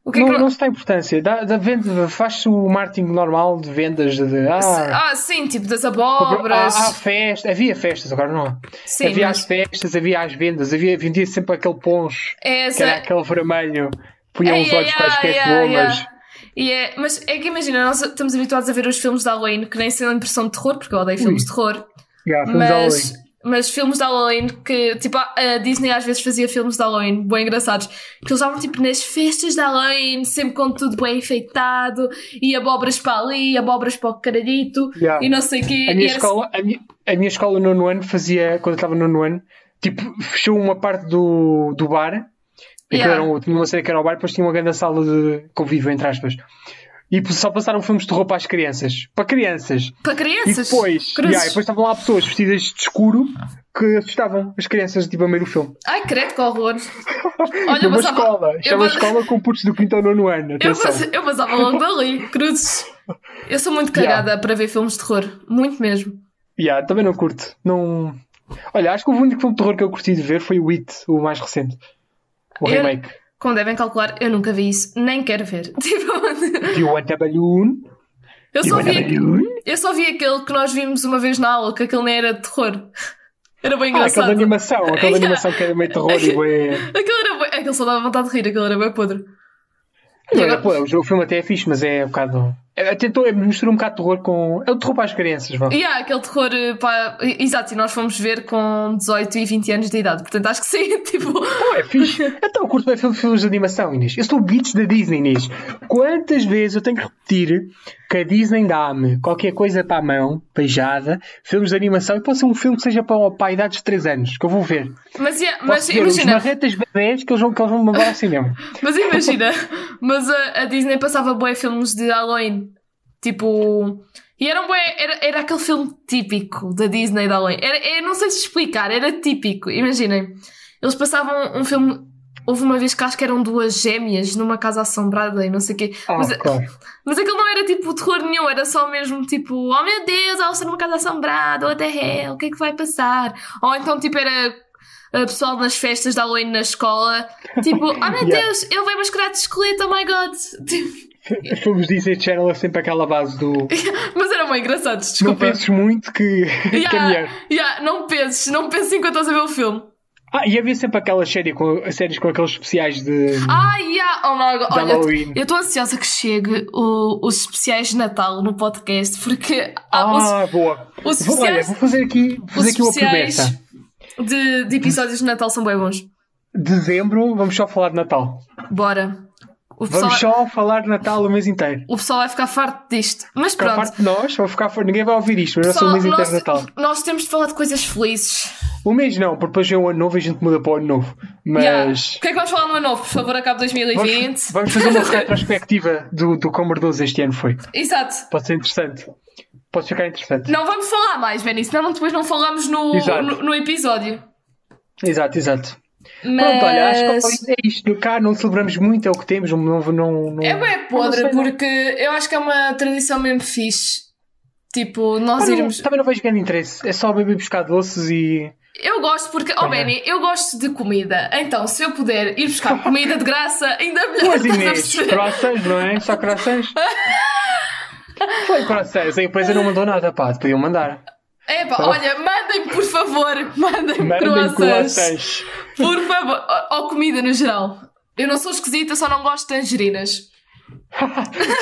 Speaker 1: O que é
Speaker 2: não,
Speaker 1: que não-
Speaker 2: não se tem importância. Dá, dá vende- Faz-se o marketing normal de vendas de. de- ah,
Speaker 1: Ah, sim, tipo das
Speaker 2: há,
Speaker 1: abóboras.
Speaker 2: há festas. Havia festas, agora não há.
Speaker 1: sim,
Speaker 2: ah, havia
Speaker 1: mas
Speaker 2: as festas, havia as vendas, havia, vendia sempre aquele poncho,
Speaker 1: é
Speaker 2: que era
Speaker 1: essa.
Speaker 2: aquele vermelho, punham
Speaker 1: Ai,
Speaker 2: os
Speaker 1: ai,
Speaker 2: olhos para as
Speaker 1: ai,
Speaker 2: yeah,
Speaker 1: ai,
Speaker 2: bombas.
Speaker 1: ai. E é- mas é que imagina, nós estamos habituados a ver os filmes de Halloween que nem são impressão de terror, porque eu odeio filmes de terror,
Speaker 2: Yeah, filmes de Halloween.
Speaker 1: mas, mas filmes de Halloween que, tipo, a a Disney às vezes fazia filmes de Halloween bem engraçados, que eles estavam, tipo, nas festas de Halloween, sempre com tudo bem enfeitado, e abóboras para ali, abóboras para o caralhito,
Speaker 2: Yeah.
Speaker 1: e não sei o quê.
Speaker 2: A
Speaker 1: e
Speaker 2: minha,
Speaker 1: era-
Speaker 2: escola, a, minha, a minha escola no nono ano fazia, quando eu estava no nono ano, tipo, fechou uma parte do, do bar
Speaker 1: Yeah.
Speaker 2: Aquilo era um- tinha uma cena que era um bar, depois tinha uma grande sala de convívio, entre aspas. E só passaram filmes de roupa às crianças. Para crianças.
Speaker 1: Para
Speaker 2: E
Speaker 1: crianças.
Speaker 2: depois,
Speaker 1: Cruzes.
Speaker 2: yeah, e depois estavam lá pessoas vestidas de escuro que assustavam as crianças tipo, a meio do filme.
Speaker 1: Ai, credo, que horror. Olha,
Speaker 2: Numa
Speaker 1: mas há-
Speaker 2: escola.
Speaker 1: eu
Speaker 2: Isto é uma
Speaker 1: mas-
Speaker 2: escola com putos do quinto ao nono ano.
Speaker 1: Eu,
Speaker 2: Atenção.
Speaker 1: passe- eu passava logo dali, cruzes. Eu sou muito
Speaker 2: Yeah.
Speaker 1: cagada para ver filmes de terror. Muito mesmo.
Speaker 2: Yeah, também não curto. Não... Olha, acho que o único filme de terror que eu curti de ver foi o It, o mais recente. O
Speaker 1: Eu-
Speaker 2: remake.
Speaker 1: Como devem calcular, eu nunca vi isso. Nem quero ver. Tipo,
Speaker 2: Do you want a balloon?
Speaker 1: eu
Speaker 2: Do you
Speaker 1: só
Speaker 2: want a
Speaker 1: vi,
Speaker 2: balloon?
Speaker 1: eu só vi aquele que nós vimos uma vez na aula, que aquele nem era de terror. Era bem
Speaker 2: Ah, aquela
Speaker 1: engraçado.
Speaker 2: de animação, aquela de animação que era meio terror e bué-
Speaker 1: Aquele era bué- aquele só dava vontade de rir, aquele era bem podre. E
Speaker 2: Não,
Speaker 1: agora-
Speaker 2: pô, o jogo- o filme até é fixe, mas é um bocado. É, tentou é, misturar um bocado de terror com. É o terror para as crianças, vá.
Speaker 1: E há aquele terror eh, pá, e- Exato, e nós fomos ver com 18 e 20 anos de idade. Portanto, acho que sim, tipo.
Speaker 2: Pô, é fixe. Então eu curto bem filmes, filmes de animação, Inês. Eu sou bitch da Disney, Inês. Quantas vezes eu tenho que repetir que a Disney dá-me qualquer coisa para a mão, beijada, filmes de animação, e pode ser um filme que seja para, para a idade de 3 anos, que eu vou ver.
Speaker 1: Mas, yeah, mas
Speaker 2: Posso ver os
Speaker 1: imagina,
Speaker 2: marretas bebês que eles vão, que eles vão me mandar ao cinema.
Speaker 1: mas imagina, mas a, a Disney passava bué filmes de Halloween. Tipo. E era, um bué, era, era aquele filme típico da Disney de Halloween. Era, eu não sei se explicar, era típico. Imaginem, eles passavam um filme. Houve uma vez que acho que eram duas gêmeas numa casa assombrada e não sei o quê.
Speaker 2: Ah,
Speaker 1: Mas-
Speaker 2: claro.
Speaker 1: Mas aquilo não era tipo terror nenhum, era só mesmo tipo, oh meu Deus, elas estão numa casa assombrada, what the hell, o que é que vai passar? Ou então tipo era a pessoal nas festas de Halloween na escola, tipo, oh meu
Speaker 2: Yeah.
Speaker 1: Deus, ele vai mascarar de esqueleto, oh my god. Tipo,
Speaker 2: Os filmes Disney Channel é sempre aquela base do.
Speaker 1: mas eram bem engraçados,
Speaker 2: Não
Speaker 1: desculpa.
Speaker 2: penses muito que, que é melhor.
Speaker 1: yeah, yeah, não penses, não penses enquanto estás a ver o filme.
Speaker 2: Ah, e havia sempre aquelas série com, séries com aqueles especiais de.
Speaker 1: Ah, yeah, oh my god,
Speaker 2: De
Speaker 1: olha,
Speaker 2: Halloween.
Speaker 1: eu estou ansiosa que chegue o- os especiais de Natal no podcast, porque há os-
Speaker 2: Ah, boa.
Speaker 1: os
Speaker 2: Vou- olha,
Speaker 1: especiais-
Speaker 2: vou fazer aqui, vou fazer aqui uma promessa.
Speaker 1: de, de episódios de Natal são bem bons.
Speaker 2: Dezembro, vamos só falar de Natal.
Speaker 1: Bora. O pessoal,
Speaker 2: Vamos só falar de Natal o mês inteiro.
Speaker 1: o pessoal vai ficar farto disto. Mas
Speaker 2: Para a
Speaker 1: pronto.
Speaker 2: parte de nós, vou ficar, ninguém vai ouvir isto, mas vai ser
Speaker 1: pessoal,
Speaker 2: o mês inteiro
Speaker 1: nós,
Speaker 2: de Natal.
Speaker 1: nós temos de falar de coisas felizes.
Speaker 2: O mês não, porque depois é o ano novo e a gente muda para o ano novo.
Speaker 1: Yeah.
Speaker 2: Mas.
Speaker 1: O que é que vamos falar no ano novo? Por favor, acabe 2020.
Speaker 2: Vamos, vamos fazer uma retrospectiva do, do quão merdoso este ano foi.
Speaker 1: Exato.
Speaker 2: Pode ser interessante. Pode ficar interessante.
Speaker 1: Não vamos falar mais, Benny, senão depois não falamos no,
Speaker 2: Exato.
Speaker 1: no, no episódio.
Speaker 2: Exato, exato.
Speaker 1: Mas...
Speaker 2: Pronto, olha, acho que é isto. Cá não celebramos muito, é o que temos. Não, não, não, não-
Speaker 1: É bem podre,
Speaker 2: Não sei, não.
Speaker 1: porque eu acho que é uma tradição mesmo fixe. Tipo, nós
Speaker 2: Ah, não,
Speaker 1: irmos.
Speaker 2: Também não vejo grande interesse. É só beber buscar doces e.
Speaker 1: Eu gosto porque, oh
Speaker 2: Olha.
Speaker 1: Benny, eu gosto de comida. Então, se eu puder ir buscar comida de graça, ainda melhor. estás
Speaker 2: Pois
Speaker 1: a
Speaker 2: Inês,
Speaker 1: perceber?
Speaker 2: croissants, não é? Só croissants. Foi croissants. A empresa não mandou nada, pá. Podiam mandar.
Speaker 1: É pá, olha, mandem-me por favor, mandem-me
Speaker 2: Mandem
Speaker 1: croissants.
Speaker 2: croissants.
Speaker 1: Por favor, ou, ou comida no geral. Eu não sou esquisita, eu só não gosto de tangerinas.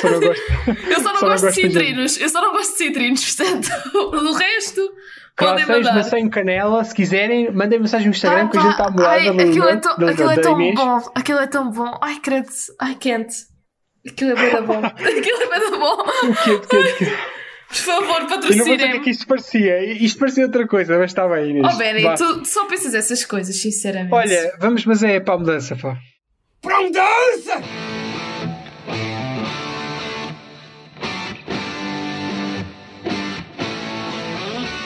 Speaker 2: Só não gosto.
Speaker 1: Eu só não gosto
Speaker 2: Só não
Speaker 1: de
Speaker 2: gosto de
Speaker 1: citrinos. Eu só não gosto de citrinos, portanto, o resto podem
Speaker 2: Croissants,
Speaker 1: mandar.
Speaker 2: maçã em canela. Se quiserem, mandem mensagem no Instagram
Speaker 1: Ai,
Speaker 2: que a gente tá está a
Speaker 1: pá,
Speaker 2: mudar
Speaker 1: ai,
Speaker 2: da
Speaker 1: aquilo é
Speaker 2: Luna,
Speaker 1: tão,
Speaker 2: da,
Speaker 1: aquilo
Speaker 2: da,
Speaker 1: é
Speaker 2: da
Speaker 1: tão
Speaker 2: Inês.
Speaker 1: bom, aquilo é tão bom. Ai, credo, ai, quente. Aquilo é bem bom. aquilo é bem bom.
Speaker 2: Quente, quente, quente.
Speaker 1: Por favor,
Speaker 2: Eu não vou dizer o que é que
Speaker 1: patrocinem.
Speaker 2: isto parecia. Isto parecia outra coisa, mas está bem, Inês.
Speaker 1: Oh, Benny,
Speaker 2: Vá.
Speaker 1: tu só pensas essas coisas, sinceramente.
Speaker 2: Olha, vamos, mas é para a mudança, pá.
Speaker 3: Para um dança!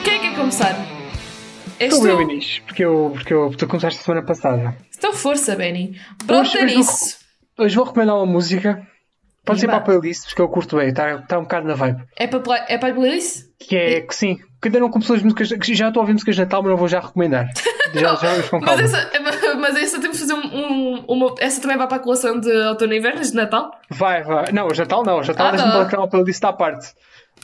Speaker 1: Quem é que quer começar? És
Speaker 2: Estou
Speaker 1: tu?
Speaker 2: eu, Inês, porque eu, porque eu, tu começaste a semana passada.
Speaker 1: Então força, Benny. Pronto, é
Speaker 2: hoje
Speaker 1: nisso.
Speaker 2: Hoje vou recomendar uma música. Pode
Speaker 1: E
Speaker 2: ser
Speaker 1: vá.
Speaker 2: para a playlist, porque eu curto bem, está tá um bocado na vibe.
Speaker 1: É para pla- é para a playlist?
Speaker 2: Que é que sim, que ainda não começou as músicas, que já estou a ouvir músicas de Natal, mas não vou já recomendar. Já, já vamos com
Speaker 1: Mas
Speaker 2: calma.
Speaker 1: essa, é mas essa temos de fazer um, um- uma. Essa também vai para a colação de outono e inverno, de Natal?
Speaker 2: Vai, vai. Não, hoje Natal não, hoje Natal
Speaker 1: Ah,
Speaker 2: deixa-me
Speaker 1: tá.
Speaker 2: colocar uma playlist à parte.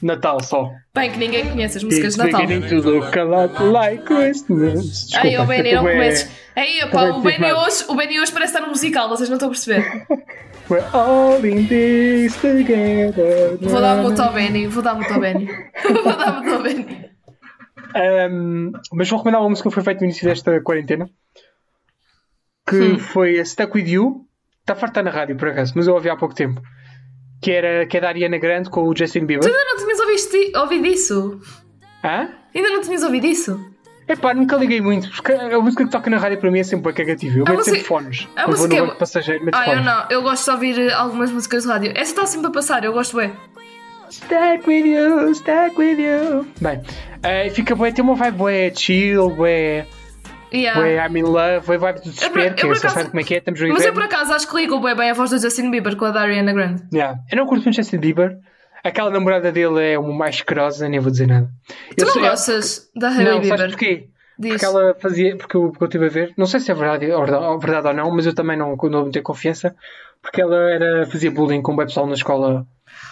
Speaker 2: Natal só.
Speaker 1: Bem, que ninguém conhece as músicas de Natal.
Speaker 2: beginning to look a lot like Christmas. Desculpa, é-
Speaker 1: Ai, o Benny,
Speaker 2: eu
Speaker 1: não
Speaker 2: tô bué-
Speaker 1: comeces. Aí, pá,
Speaker 2: bem
Speaker 1: o Benny
Speaker 2: cismado.
Speaker 1: hoje, o Benny hoje parece estar no musical, vocês não estão a perceber.
Speaker 2: We're all in this together.
Speaker 1: Vou dar muito ao Benny, vou dar muito ao Benny. vou dar muito ao Benny.
Speaker 2: Um, mas vou recomendar uma música que foi feita no início desta quarentena que
Speaker 1: Hum.
Speaker 2: foi a Stuck With You está farta na rádio por acaso, mas eu ouvi há pouco tempo que, era, que é da Ariana Grande com o Justin Bieber
Speaker 1: Ainda não tinhas ouvido, ouvido isso?
Speaker 2: Hã?
Speaker 1: Ainda não tinhas ouvido isso?
Speaker 2: Epá, nunca liguei muito, porque a música que toca na rádio para mim é sempre bem cagativa. Eu
Speaker 1: A
Speaker 2: meto
Speaker 1: música-
Speaker 2: sempre fones.
Speaker 1: a
Speaker 2: Eu vou
Speaker 1: música-
Speaker 2: no banco de passageiro, meto
Speaker 1: Ah, eu
Speaker 2: fones.
Speaker 1: não. Eu gosto de ouvir eh, algumas músicas de rádio. Essa está sempre a passar, eu gosto bem.
Speaker 2: Stack with you, stack with you. Bem, eh, fica bué, tem uma vibe bué chill, bué,
Speaker 1: Yeah.
Speaker 2: bué I'm in love, bué vibe do
Speaker 1: Ah. por-
Speaker 2: desespero,
Speaker 1: eu
Speaker 2: que
Speaker 1: por
Speaker 2: é, só
Speaker 1: acaso-
Speaker 2: sabe como é que é, estamos vivendo.
Speaker 1: Mas eu por acaso acho que ligo bem, bem a voz do Justin Bieber com a da Ariana Grande.
Speaker 2: Yeah. Eu não curto muito Justin Bieber. Aquela namorada dele é uma mais asquerosa, nem vou dizer nada.
Speaker 1: Tu
Speaker 2: Eu
Speaker 1: não
Speaker 2: sou- eu-
Speaker 1: gostas da Hailey
Speaker 2: Não, sabes
Speaker 1: Bieber?
Speaker 2: porquê?
Speaker 1: Diz.
Speaker 2: Porque ela fazia, porque eu, porque eu estive a ver, não sei se é verdade ou, ou verdade ou não, mas eu também não, não tenho confiança, porque ela era, fazia bullying com o pessoal na escola.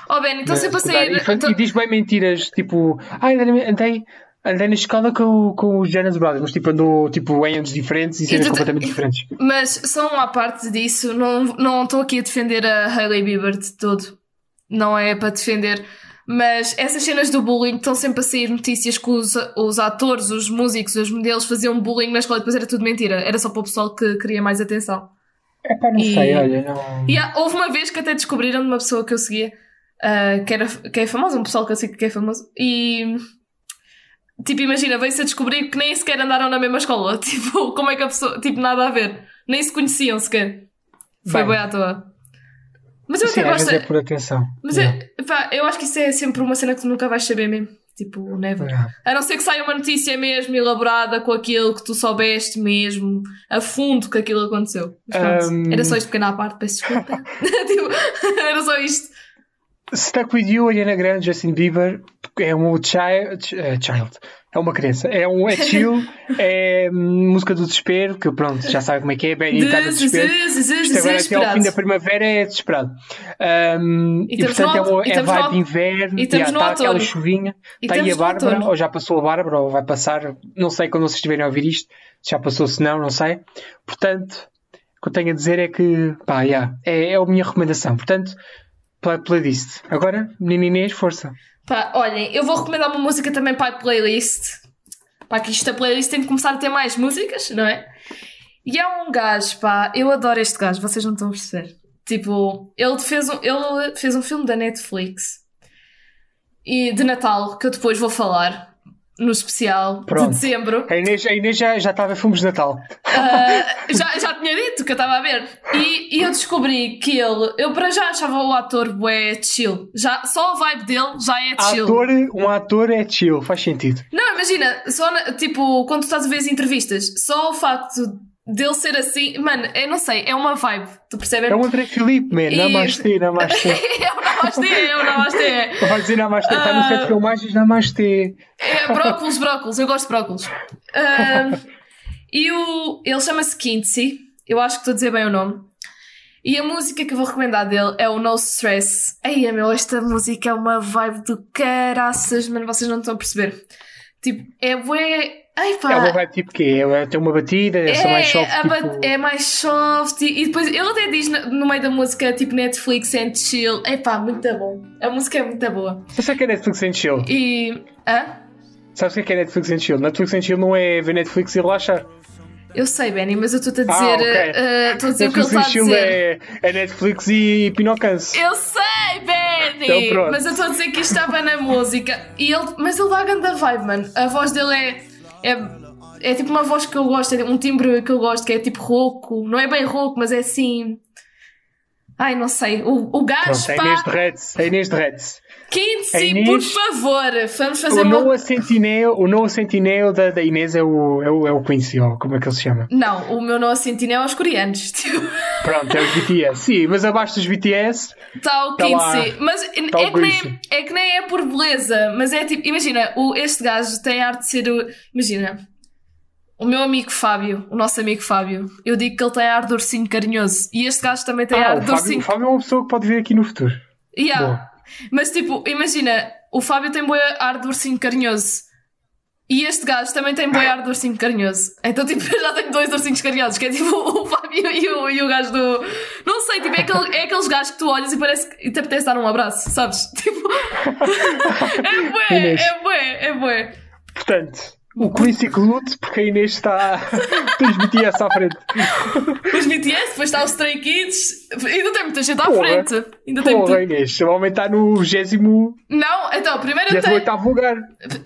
Speaker 1: Oh Ben, então
Speaker 2: na
Speaker 1: sempre a
Speaker 2: é secundária,
Speaker 1: sair.
Speaker 2: e, fa-
Speaker 1: então-
Speaker 2: e diz bem mentiras, tipo, ah, andei, andei, andei na escola com, o- com os Jonas Brothers, mas tipo, andou tipo, em anos diferentes e cenas
Speaker 1: tu-
Speaker 2: completamente diferentes.
Speaker 1: Mas só uma parte disso, não não estou aqui a defender a Hailey Bieber de todo. Não é para defender. Mas essas cenas do bullying estão sempre a sair notícias que os, os atores, os músicos, os modelos faziam bullying na escola e depois era tudo mentira. Era só para o pessoal que queria mais atenção.
Speaker 2: É pá, não
Speaker 1: E-
Speaker 2: sei, olha, não.
Speaker 1: E há- houve uma vez que até descobriram de uma pessoa que eu seguia, ah, que, era, que é famosa, um pessoal que eu sei que é famoso, e tipo, imagina, veio-se a descobrir que nem sequer andaram na mesma escola. Tipo, como é que a pessoa. Tipo, nada a ver. Nem se conheciam sequer. Foi
Speaker 2: Bem.
Speaker 1: bem à toa. Mas eu
Speaker 2: Sim,
Speaker 1: até
Speaker 2: às
Speaker 1: gosto.
Speaker 2: vezes é por atenção.
Speaker 1: Mas
Speaker 2: Yeah.
Speaker 1: eu, pá, eu acho que isso é sempre uma cena que tu nunca vais saber mesmo. Tipo, never.
Speaker 2: Yeah.
Speaker 1: A não ser que saia uma notícia mesmo elaborada com aquilo que tu soubeste mesmo, a fundo que aquilo aconteceu. Mas pronto,
Speaker 2: Um.
Speaker 1: Era só isto pequeno à parte, peço desculpa. Tipo, era só isto.
Speaker 2: Stuck With You, Ariana Grande, Justin Bieber é um child, eh, child é uma criança, é um é chill é hum, música do desespero que pronto, já sabe como é que é, bem está no
Speaker 1: Des- des-
Speaker 2: desespero
Speaker 1: des- des-
Speaker 2: isto agora até ao fim da
Speaker 1: Desesperado.
Speaker 2: primavera é desesperado Hum,
Speaker 1: E
Speaker 2: e,
Speaker 1: estamos
Speaker 2: portanto é,
Speaker 1: no-
Speaker 2: o-
Speaker 1: e
Speaker 2: é
Speaker 1: estamos no-
Speaker 2: vibe de inverno
Speaker 1: e estamos
Speaker 2: yeah,
Speaker 1: no
Speaker 2: está aquela
Speaker 1: outono.
Speaker 2: chuvinha
Speaker 1: E
Speaker 2: está Tá aí a
Speaker 1: estamos no
Speaker 2: Bárbara
Speaker 1: outono.
Speaker 2: ou já passou a Bárbara ou vai passar não sei quando vocês estiverem a ouvir isto se já passou, se não, não sei portanto, o que eu tenho a dizer é que pá, yeah, é, é a minha recomendação portanto pla- Playlist. Agora, menina Inês, força.
Speaker 1: Pá, olhem, eu vou recomendar uma música também para a playlist. Pá, que isto a playlist tem de começar a ter mais músicas, não é? E é um gajo, pá, eu adoro este gajo, vocês não estão a perceber. Tipo, ele fez um, ele fez um filme da Netflix e de Natal, que eu depois vou falar no especial de
Speaker 2: Pronto.
Speaker 1: dezembro.
Speaker 2: A Inês, a Inês já, já estava a filmes de Natal.
Speaker 1: Ah, já, já tinha dito que eu estava a ver. E, e eu descobri que ele, eu para já achava o ator bué chill. Já, só a vibe dele já é chill.
Speaker 2: Ator, um ator é chill, faz sentido.
Speaker 1: Não, imagina, só na- tipo, quando tu estás a ver as entrevistas, só o facto dele ser assim, mano, eu não sei, é uma vibe, tu percebes?
Speaker 2: É o André Filipe, man.
Speaker 1: E-
Speaker 2: Namastê, namastê.
Speaker 1: É o namastê, é o namastê.
Speaker 2: Vai dizer namastê, está no set de filmagens, namastê.
Speaker 1: É brócolos, brócolos, eu gosto de brócolis. Ahm, e o, ele chama-se Quincy, eu acho que estou a dizer bem o nome. E a música que eu vou recomendar dele é o No Stress. Ai, meu, esta música é uma vibe do caraças, mano, vocês não estão a perceber. Tipo, é bué... Ai, pá.
Speaker 2: É uma vibe tipo quê? É, tem uma batida, é, só mais soft,
Speaker 1: a
Speaker 2: tipo...
Speaker 1: bat- Ah. é mais soft. E, e depois ele até diz no, no meio da música, tipo Netflix and chill. Epá, muito bom. A música é muito boa.
Speaker 2: Você sabe o que é Netflix and chill?
Speaker 1: E. Hã?
Speaker 2: Sabes o que é que é Netflix and chill? Netflix and chill não é ver Netflix e relaxar.
Speaker 1: Eu sei, Benny, mas eu estou-te a dizer.
Speaker 2: Ah, ok.
Speaker 1: eh, eh, Estou a dizer o que ele
Speaker 2: Netflix
Speaker 1: está a
Speaker 2: and chill
Speaker 1: dizer.
Speaker 2: é, é Netflix e, e Pinocans.
Speaker 1: Eu sei, Benny!
Speaker 2: é- Então pronto.
Speaker 1: mas eu estou a dizer que isto estava na música. E ele, mas ele dá a grande vibe, mano. A voz dele é, é. É tipo uma voz que eu gosto, é um timbre que eu gosto, que é tipo rouco. Não é bem rouco, mas é assim. Ai, não sei. O, o gajo,
Speaker 2: Pronto, é Inês de
Speaker 1: pá.
Speaker 2: Reds. É Inês de Reds.
Speaker 1: Quincy,
Speaker 2: é Inês.
Speaker 1: por favor, vamos fazer é
Speaker 2: O
Speaker 1: uma.
Speaker 2: Noah Centineo, o Noah Centineo da, da Inês é o, é, o, é o Quincy, ou como é que ele se chama?
Speaker 1: Não, o meu Noah Sentinel é aos coreanos.
Speaker 2: Pronto, é os BTS. Sim, mas abaixo dos BTS,
Speaker 1: Está o
Speaker 2: Tá lá.
Speaker 1: Quincy. Mas
Speaker 2: Tá o
Speaker 1: é, que nem,
Speaker 2: Quincy.
Speaker 1: é que nem é por beleza, mas é tipo, imagina, o, este gajo tem a arte de ser o. Imagina, o meu amigo Fábio, o nosso amigo Fábio, eu digo que ele tem a arte de ursinho carinhoso e este gajo também tem a
Speaker 2: Ah, o
Speaker 1: arte de
Speaker 2: Fábio, o
Speaker 1: ursinho.
Speaker 2: Fábio é uma pessoa que pode vir aqui no futuro.
Speaker 1: Yeah.
Speaker 2: Boa.
Speaker 1: Mas tipo, imagina, o Fábio tem boa ar de ursinho carinhoso. E este gajo também tem boa ar de ursinho carinhoso. Então, tipo, eu já tenho dois ursinhos carinhosos, que é tipo o Fábio e o, e o gajo do. Não sei, tipo, é, aquele- é aqueles gajos que tu olhas e parece que e te apetece dar um abraço, sabes? Tipo. é bué,
Speaker 2: Inês.
Speaker 1: é bué, é bué.
Speaker 2: Portanto, o Quincy Clute, porque a Inês está. Tens BTS à frente.
Speaker 1: Os BTS, depois está o Stray Kids. Ainda tem muita gente à
Speaker 2: Porra.
Speaker 1: frente. Ainda tem
Speaker 2: Porra,
Speaker 1: muita...
Speaker 2: Inês, o homem está no 28
Speaker 1: Não, então, primeiro eu tenho.
Speaker 2: 18 lugar.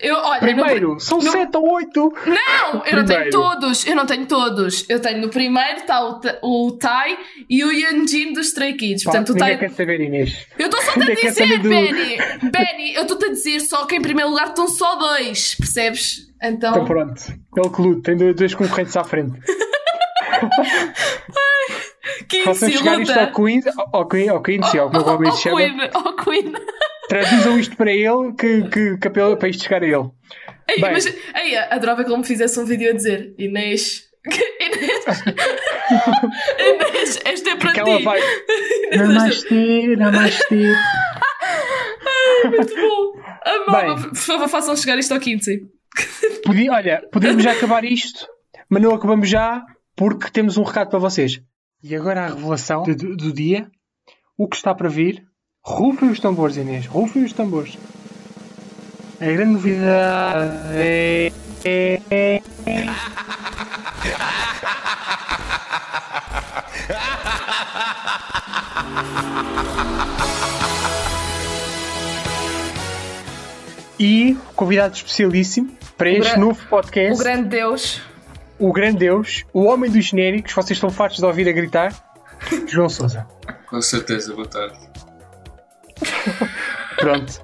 Speaker 1: Eu, olha, no-
Speaker 2: Primeiro, são
Speaker 1: no-
Speaker 2: 7 ou 8.
Speaker 1: Não, eu não tenho
Speaker 2: Primeiro.
Speaker 1: todos, eu não tenho todos. Eu tenho no primeiro está o, Ta- o Tai e o Yeonjin dos Stray Kids. Portanto, o
Speaker 2: ninguém
Speaker 1: Tai.
Speaker 2: quer saber, Inês.
Speaker 1: Eu estou só a
Speaker 2: ninguém quer
Speaker 1: dizer,
Speaker 2: saber do-
Speaker 1: Benny! Benny, eu estou-te a dizer só que em primeiro lugar estão só dois, percebes? Então.
Speaker 2: Então pronto, ele clube, tem dois, dois concorrentes à frente.
Speaker 1: Quem
Speaker 2: Façam
Speaker 1: se
Speaker 2: chegar isto
Speaker 1: luta?
Speaker 2: ao Quincy, ao Queen- ao Quincy, ou como
Speaker 1: Oh,
Speaker 2: o se chama.
Speaker 1: Queen, oh Queen.
Speaker 2: Traduzam isto para ele, que, que, que para, para isto chegar a ele.
Speaker 1: Ei,
Speaker 2: Bem.
Speaker 1: mas, ei, adorava que ele me fizesse um vídeo a dizer Inês. Inês. Inês, esta é para
Speaker 2: Que
Speaker 1: ti.
Speaker 2: ela vai. Namastê, namastê.
Speaker 1: Muito bom. Amava.
Speaker 2: Bem.
Speaker 1: Por favor, façam chegar isto ao Quincy.
Speaker 2: Podi- olha, podíamos já acabar isto, mas não acabamos já porque temos um recado para vocês. E agora a revelação do, do- do dia: o que está para vir. Rufem os tambores, Inês, rufem os tambores. A grande novidade é. é- é- E convidado especialíssimo para este
Speaker 1: gran-
Speaker 2: novo podcast.
Speaker 1: O grande Deus.
Speaker 2: o grande Deus, o homem dos genéricos, vocês estão fartos de ouvir a gritar? João Sousa.
Speaker 4: Com certeza, boa tarde.
Speaker 2: Pronto.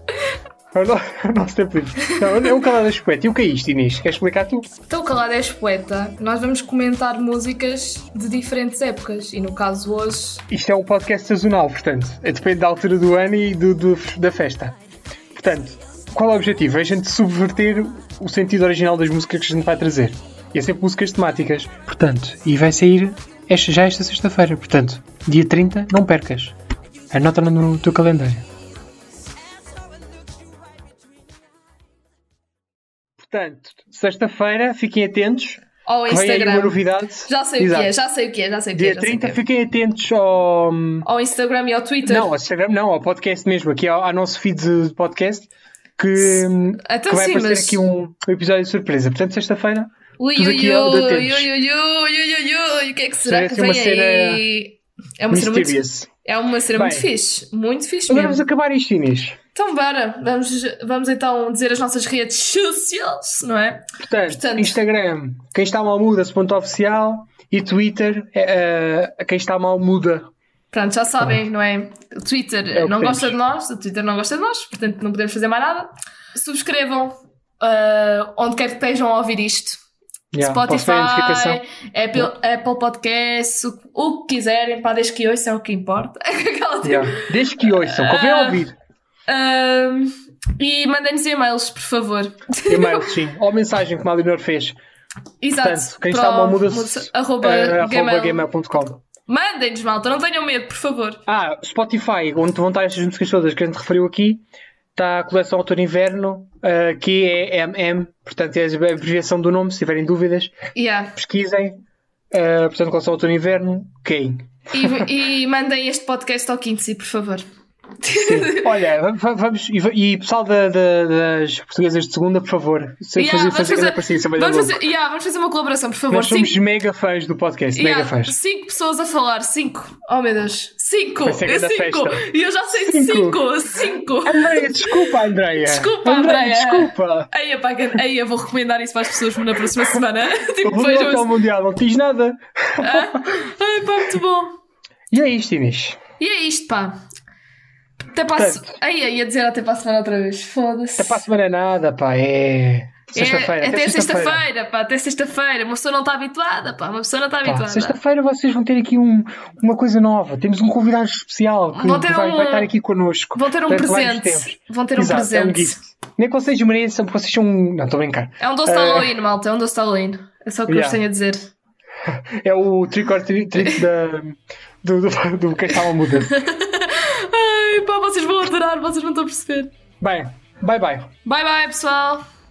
Speaker 2: É o no- é o nosso tempo livre. Não, é um calado espeto. E o que é isto, Inês? Queres explicar tu?
Speaker 1: Então, Calado és poeta. Nós vamos comentar músicas de diferentes épocas. E no caso hoje,
Speaker 2: Isto é um podcast sazonal, portanto. É Depende da altura do ano e do, do- da festa. Portanto, qual é o objetivo? É a gente subverter o sentido original das músicas que a gente vai trazer. E é sempre músicas temáticas. Portanto, e vai sair esta, já esta sexta-feira. Portanto, dia 30, não percas. Anota no teu calendário. Portanto, sexta-feira, fiquem atentos.
Speaker 1: ao
Speaker 2: que Vem aí
Speaker 1: Instagram.
Speaker 2: uma novidade.
Speaker 1: Já sei o
Speaker 2: Exato.
Speaker 1: que é, já sei o que é, já sei o que é.
Speaker 2: Dia
Speaker 1: já sei o que
Speaker 2: 30,
Speaker 1: é. Então-
Speaker 2: fiquem atentos ao. hum,
Speaker 1: Ao Instagram e ao Twitter.
Speaker 2: Não, ao Instagram, não, ao podcast mesmo, aqui ao, ao nosso feed de de podcast, que, hum,
Speaker 1: Então
Speaker 2: que vai
Speaker 1: sim,
Speaker 2: aparecer
Speaker 1: mas-
Speaker 2: aqui um, um episódio de surpresa. Portanto, sexta-feira,
Speaker 1: Ui,
Speaker 2: tudo
Speaker 1: ui, ui,
Speaker 2: aqui é
Speaker 1: ui,
Speaker 2: de
Speaker 1: ui,
Speaker 2: tempos.
Speaker 1: ui, ui, ui, ui, o que é que será
Speaker 2: Parece
Speaker 1: que vem
Speaker 2: uma cena
Speaker 1: aí? É uma cena muito,
Speaker 2: Mysterious.
Speaker 1: é uma cena muito
Speaker 2: Bem.
Speaker 1: fixe, muito fixe
Speaker 2: Agora
Speaker 1: mesmo.
Speaker 2: vamos acabar isto, Inês.
Speaker 1: Então, bora, vamos, vamos então dizer as nossas redes sociais, não é?
Speaker 2: Portanto,
Speaker 1: Portanto-
Speaker 2: Instagram, quem está mal muda, ponto oficial, e Twitter, eh, eh, quem está mal muda.
Speaker 1: Pronto, já sabem, não é? O Twitter
Speaker 2: É o que
Speaker 1: não
Speaker 2: temos.
Speaker 1: gosta de nós, o Twitter não gosta de nós, portanto não podemos fazer mais nada. Subscrevam ah, onde quer que estejam a ouvir isto.
Speaker 2: Yeah, posso ver a notificação.
Speaker 1: Spotify, Apple, Apple Podcasts, o, o que quiserem, pá, desde que ouçam é o que importa. Aquela tipo,
Speaker 2: Yeah. Desde que ouçam, convém
Speaker 1: Ah.
Speaker 2: ouvir.
Speaker 1: Ahm, Ah, e mandem-nos e-mails, por favor.
Speaker 2: E-mail, sim. Ou mensagem que a Malinor fez.
Speaker 1: Exato.
Speaker 2: Portanto, quem
Speaker 1: Pro-
Speaker 2: está mal muda-se.
Speaker 1: muda-se- Arroba
Speaker 2: eh, arroba
Speaker 1: gmail.
Speaker 2: gmail.com.
Speaker 1: Mandem-nos, malta, não tenham medo, por favor.
Speaker 2: Ah, Spotify, onde vão estar estas músicas todas que a gente referiu aqui, está a coleção Autor Inverno, eh, que é MM, portanto é a abreviação do nome, se tiverem dúvidas,
Speaker 1: Yeah.
Speaker 2: pesquisem. Eh, portanto, coleção Autor Inverno, quem?
Speaker 1: E, e mandem este podcast ao Quincy, por favor.
Speaker 2: Olha, va- va- vamos. E, va- e pessoal da- da- das portuguesas de segunda, por favor, se
Speaker 1: Yeah,
Speaker 2: fazer,
Speaker 1: vamos
Speaker 2: fazer grande
Speaker 1: fazer-
Speaker 2: aparência, vai dar
Speaker 1: Vamos
Speaker 2: logo.
Speaker 1: fazer, yeah, vamos fazer uma colaboração, por favor.
Speaker 2: Nós somos
Speaker 1: Cinco-
Speaker 2: mega fãs do podcast,
Speaker 1: yeah,
Speaker 2: mega fãs.
Speaker 1: cinco pessoas a falar, cinco. Oh meu Deus, cinco!
Speaker 2: Vai ser
Speaker 1: É
Speaker 2: grande
Speaker 1: cinco!
Speaker 2: festa.
Speaker 1: E eu já sei
Speaker 2: Cinco.
Speaker 1: cinco! Cinco!
Speaker 2: Andréia, desculpa, Andréia.
Speaker 1: Desculpa, Andréia.
Speaker 2: Desculpa.
Speaker 1: Aí, pá, que- aí eu vou recomendar isso para as pessoas na próxima semana.
Speaker 2: Eu
Speaker 1: tipo,
Speaker 2: vou até ao
Speaker 1: vejam.
Speaker 2: é Mundial, não te diz nada.
Speaker 1: Ai, pá, muito bom.
Speaker 2: E é isto, Inês.
Speaker 1: E é isto, pá. Até para a se-
Speaker 2: Portanto.
Speaker 1: Ai, ai, ia dizer até para a semana outra vez. Foda-se.
Speaker 2: Até para a semana nada, pá, é. Sexta-feira.
Speaker 1: É, até sexta-feira, pá. Até sexta-feira. Uma pessoa não está habituada, pá. Uma pessoa não está
Speaker 2: Pá,
Speaker 1: habituada.
Speaker 2: Sexta-feira vocês vão ter aqui um- uma coisa nova. Temos um convidado especial que,
Speaker 1: Vão ter
Speaker 2: que vai,
Speaker 1: um-
Speaker 2: vai estar aqui connosco.
Speaker 1: Vão ter um
Speaker 2: durante vários
Speaker 1: presente.
Speaker 2: tempos.
Speaker 1: Vão ter um
Speaker 2: Exato, É um
Speaker 1: presente.
Speaker 2: gift. Nem que vocês mereçam, porque vocês são. Não, estou a brincar.
Speaker 1: É um doce de
Speaker 2: Eh.
Speaker 1: Halloween, malta. É um doce de Halloween. É só o que eu vos
Speaker 2: Yeah.
Speaker 1: tenho a dizer.
Speaker 2: É o trick or treat treat da, do, do, do Castelo Muda.
Speaker 1: Ai, pá, vocês vão adorar. Vocês não estão a perceber.
Speaker 2: Bem, bye bye.
Speaker 1: Bye, bye, pessoal.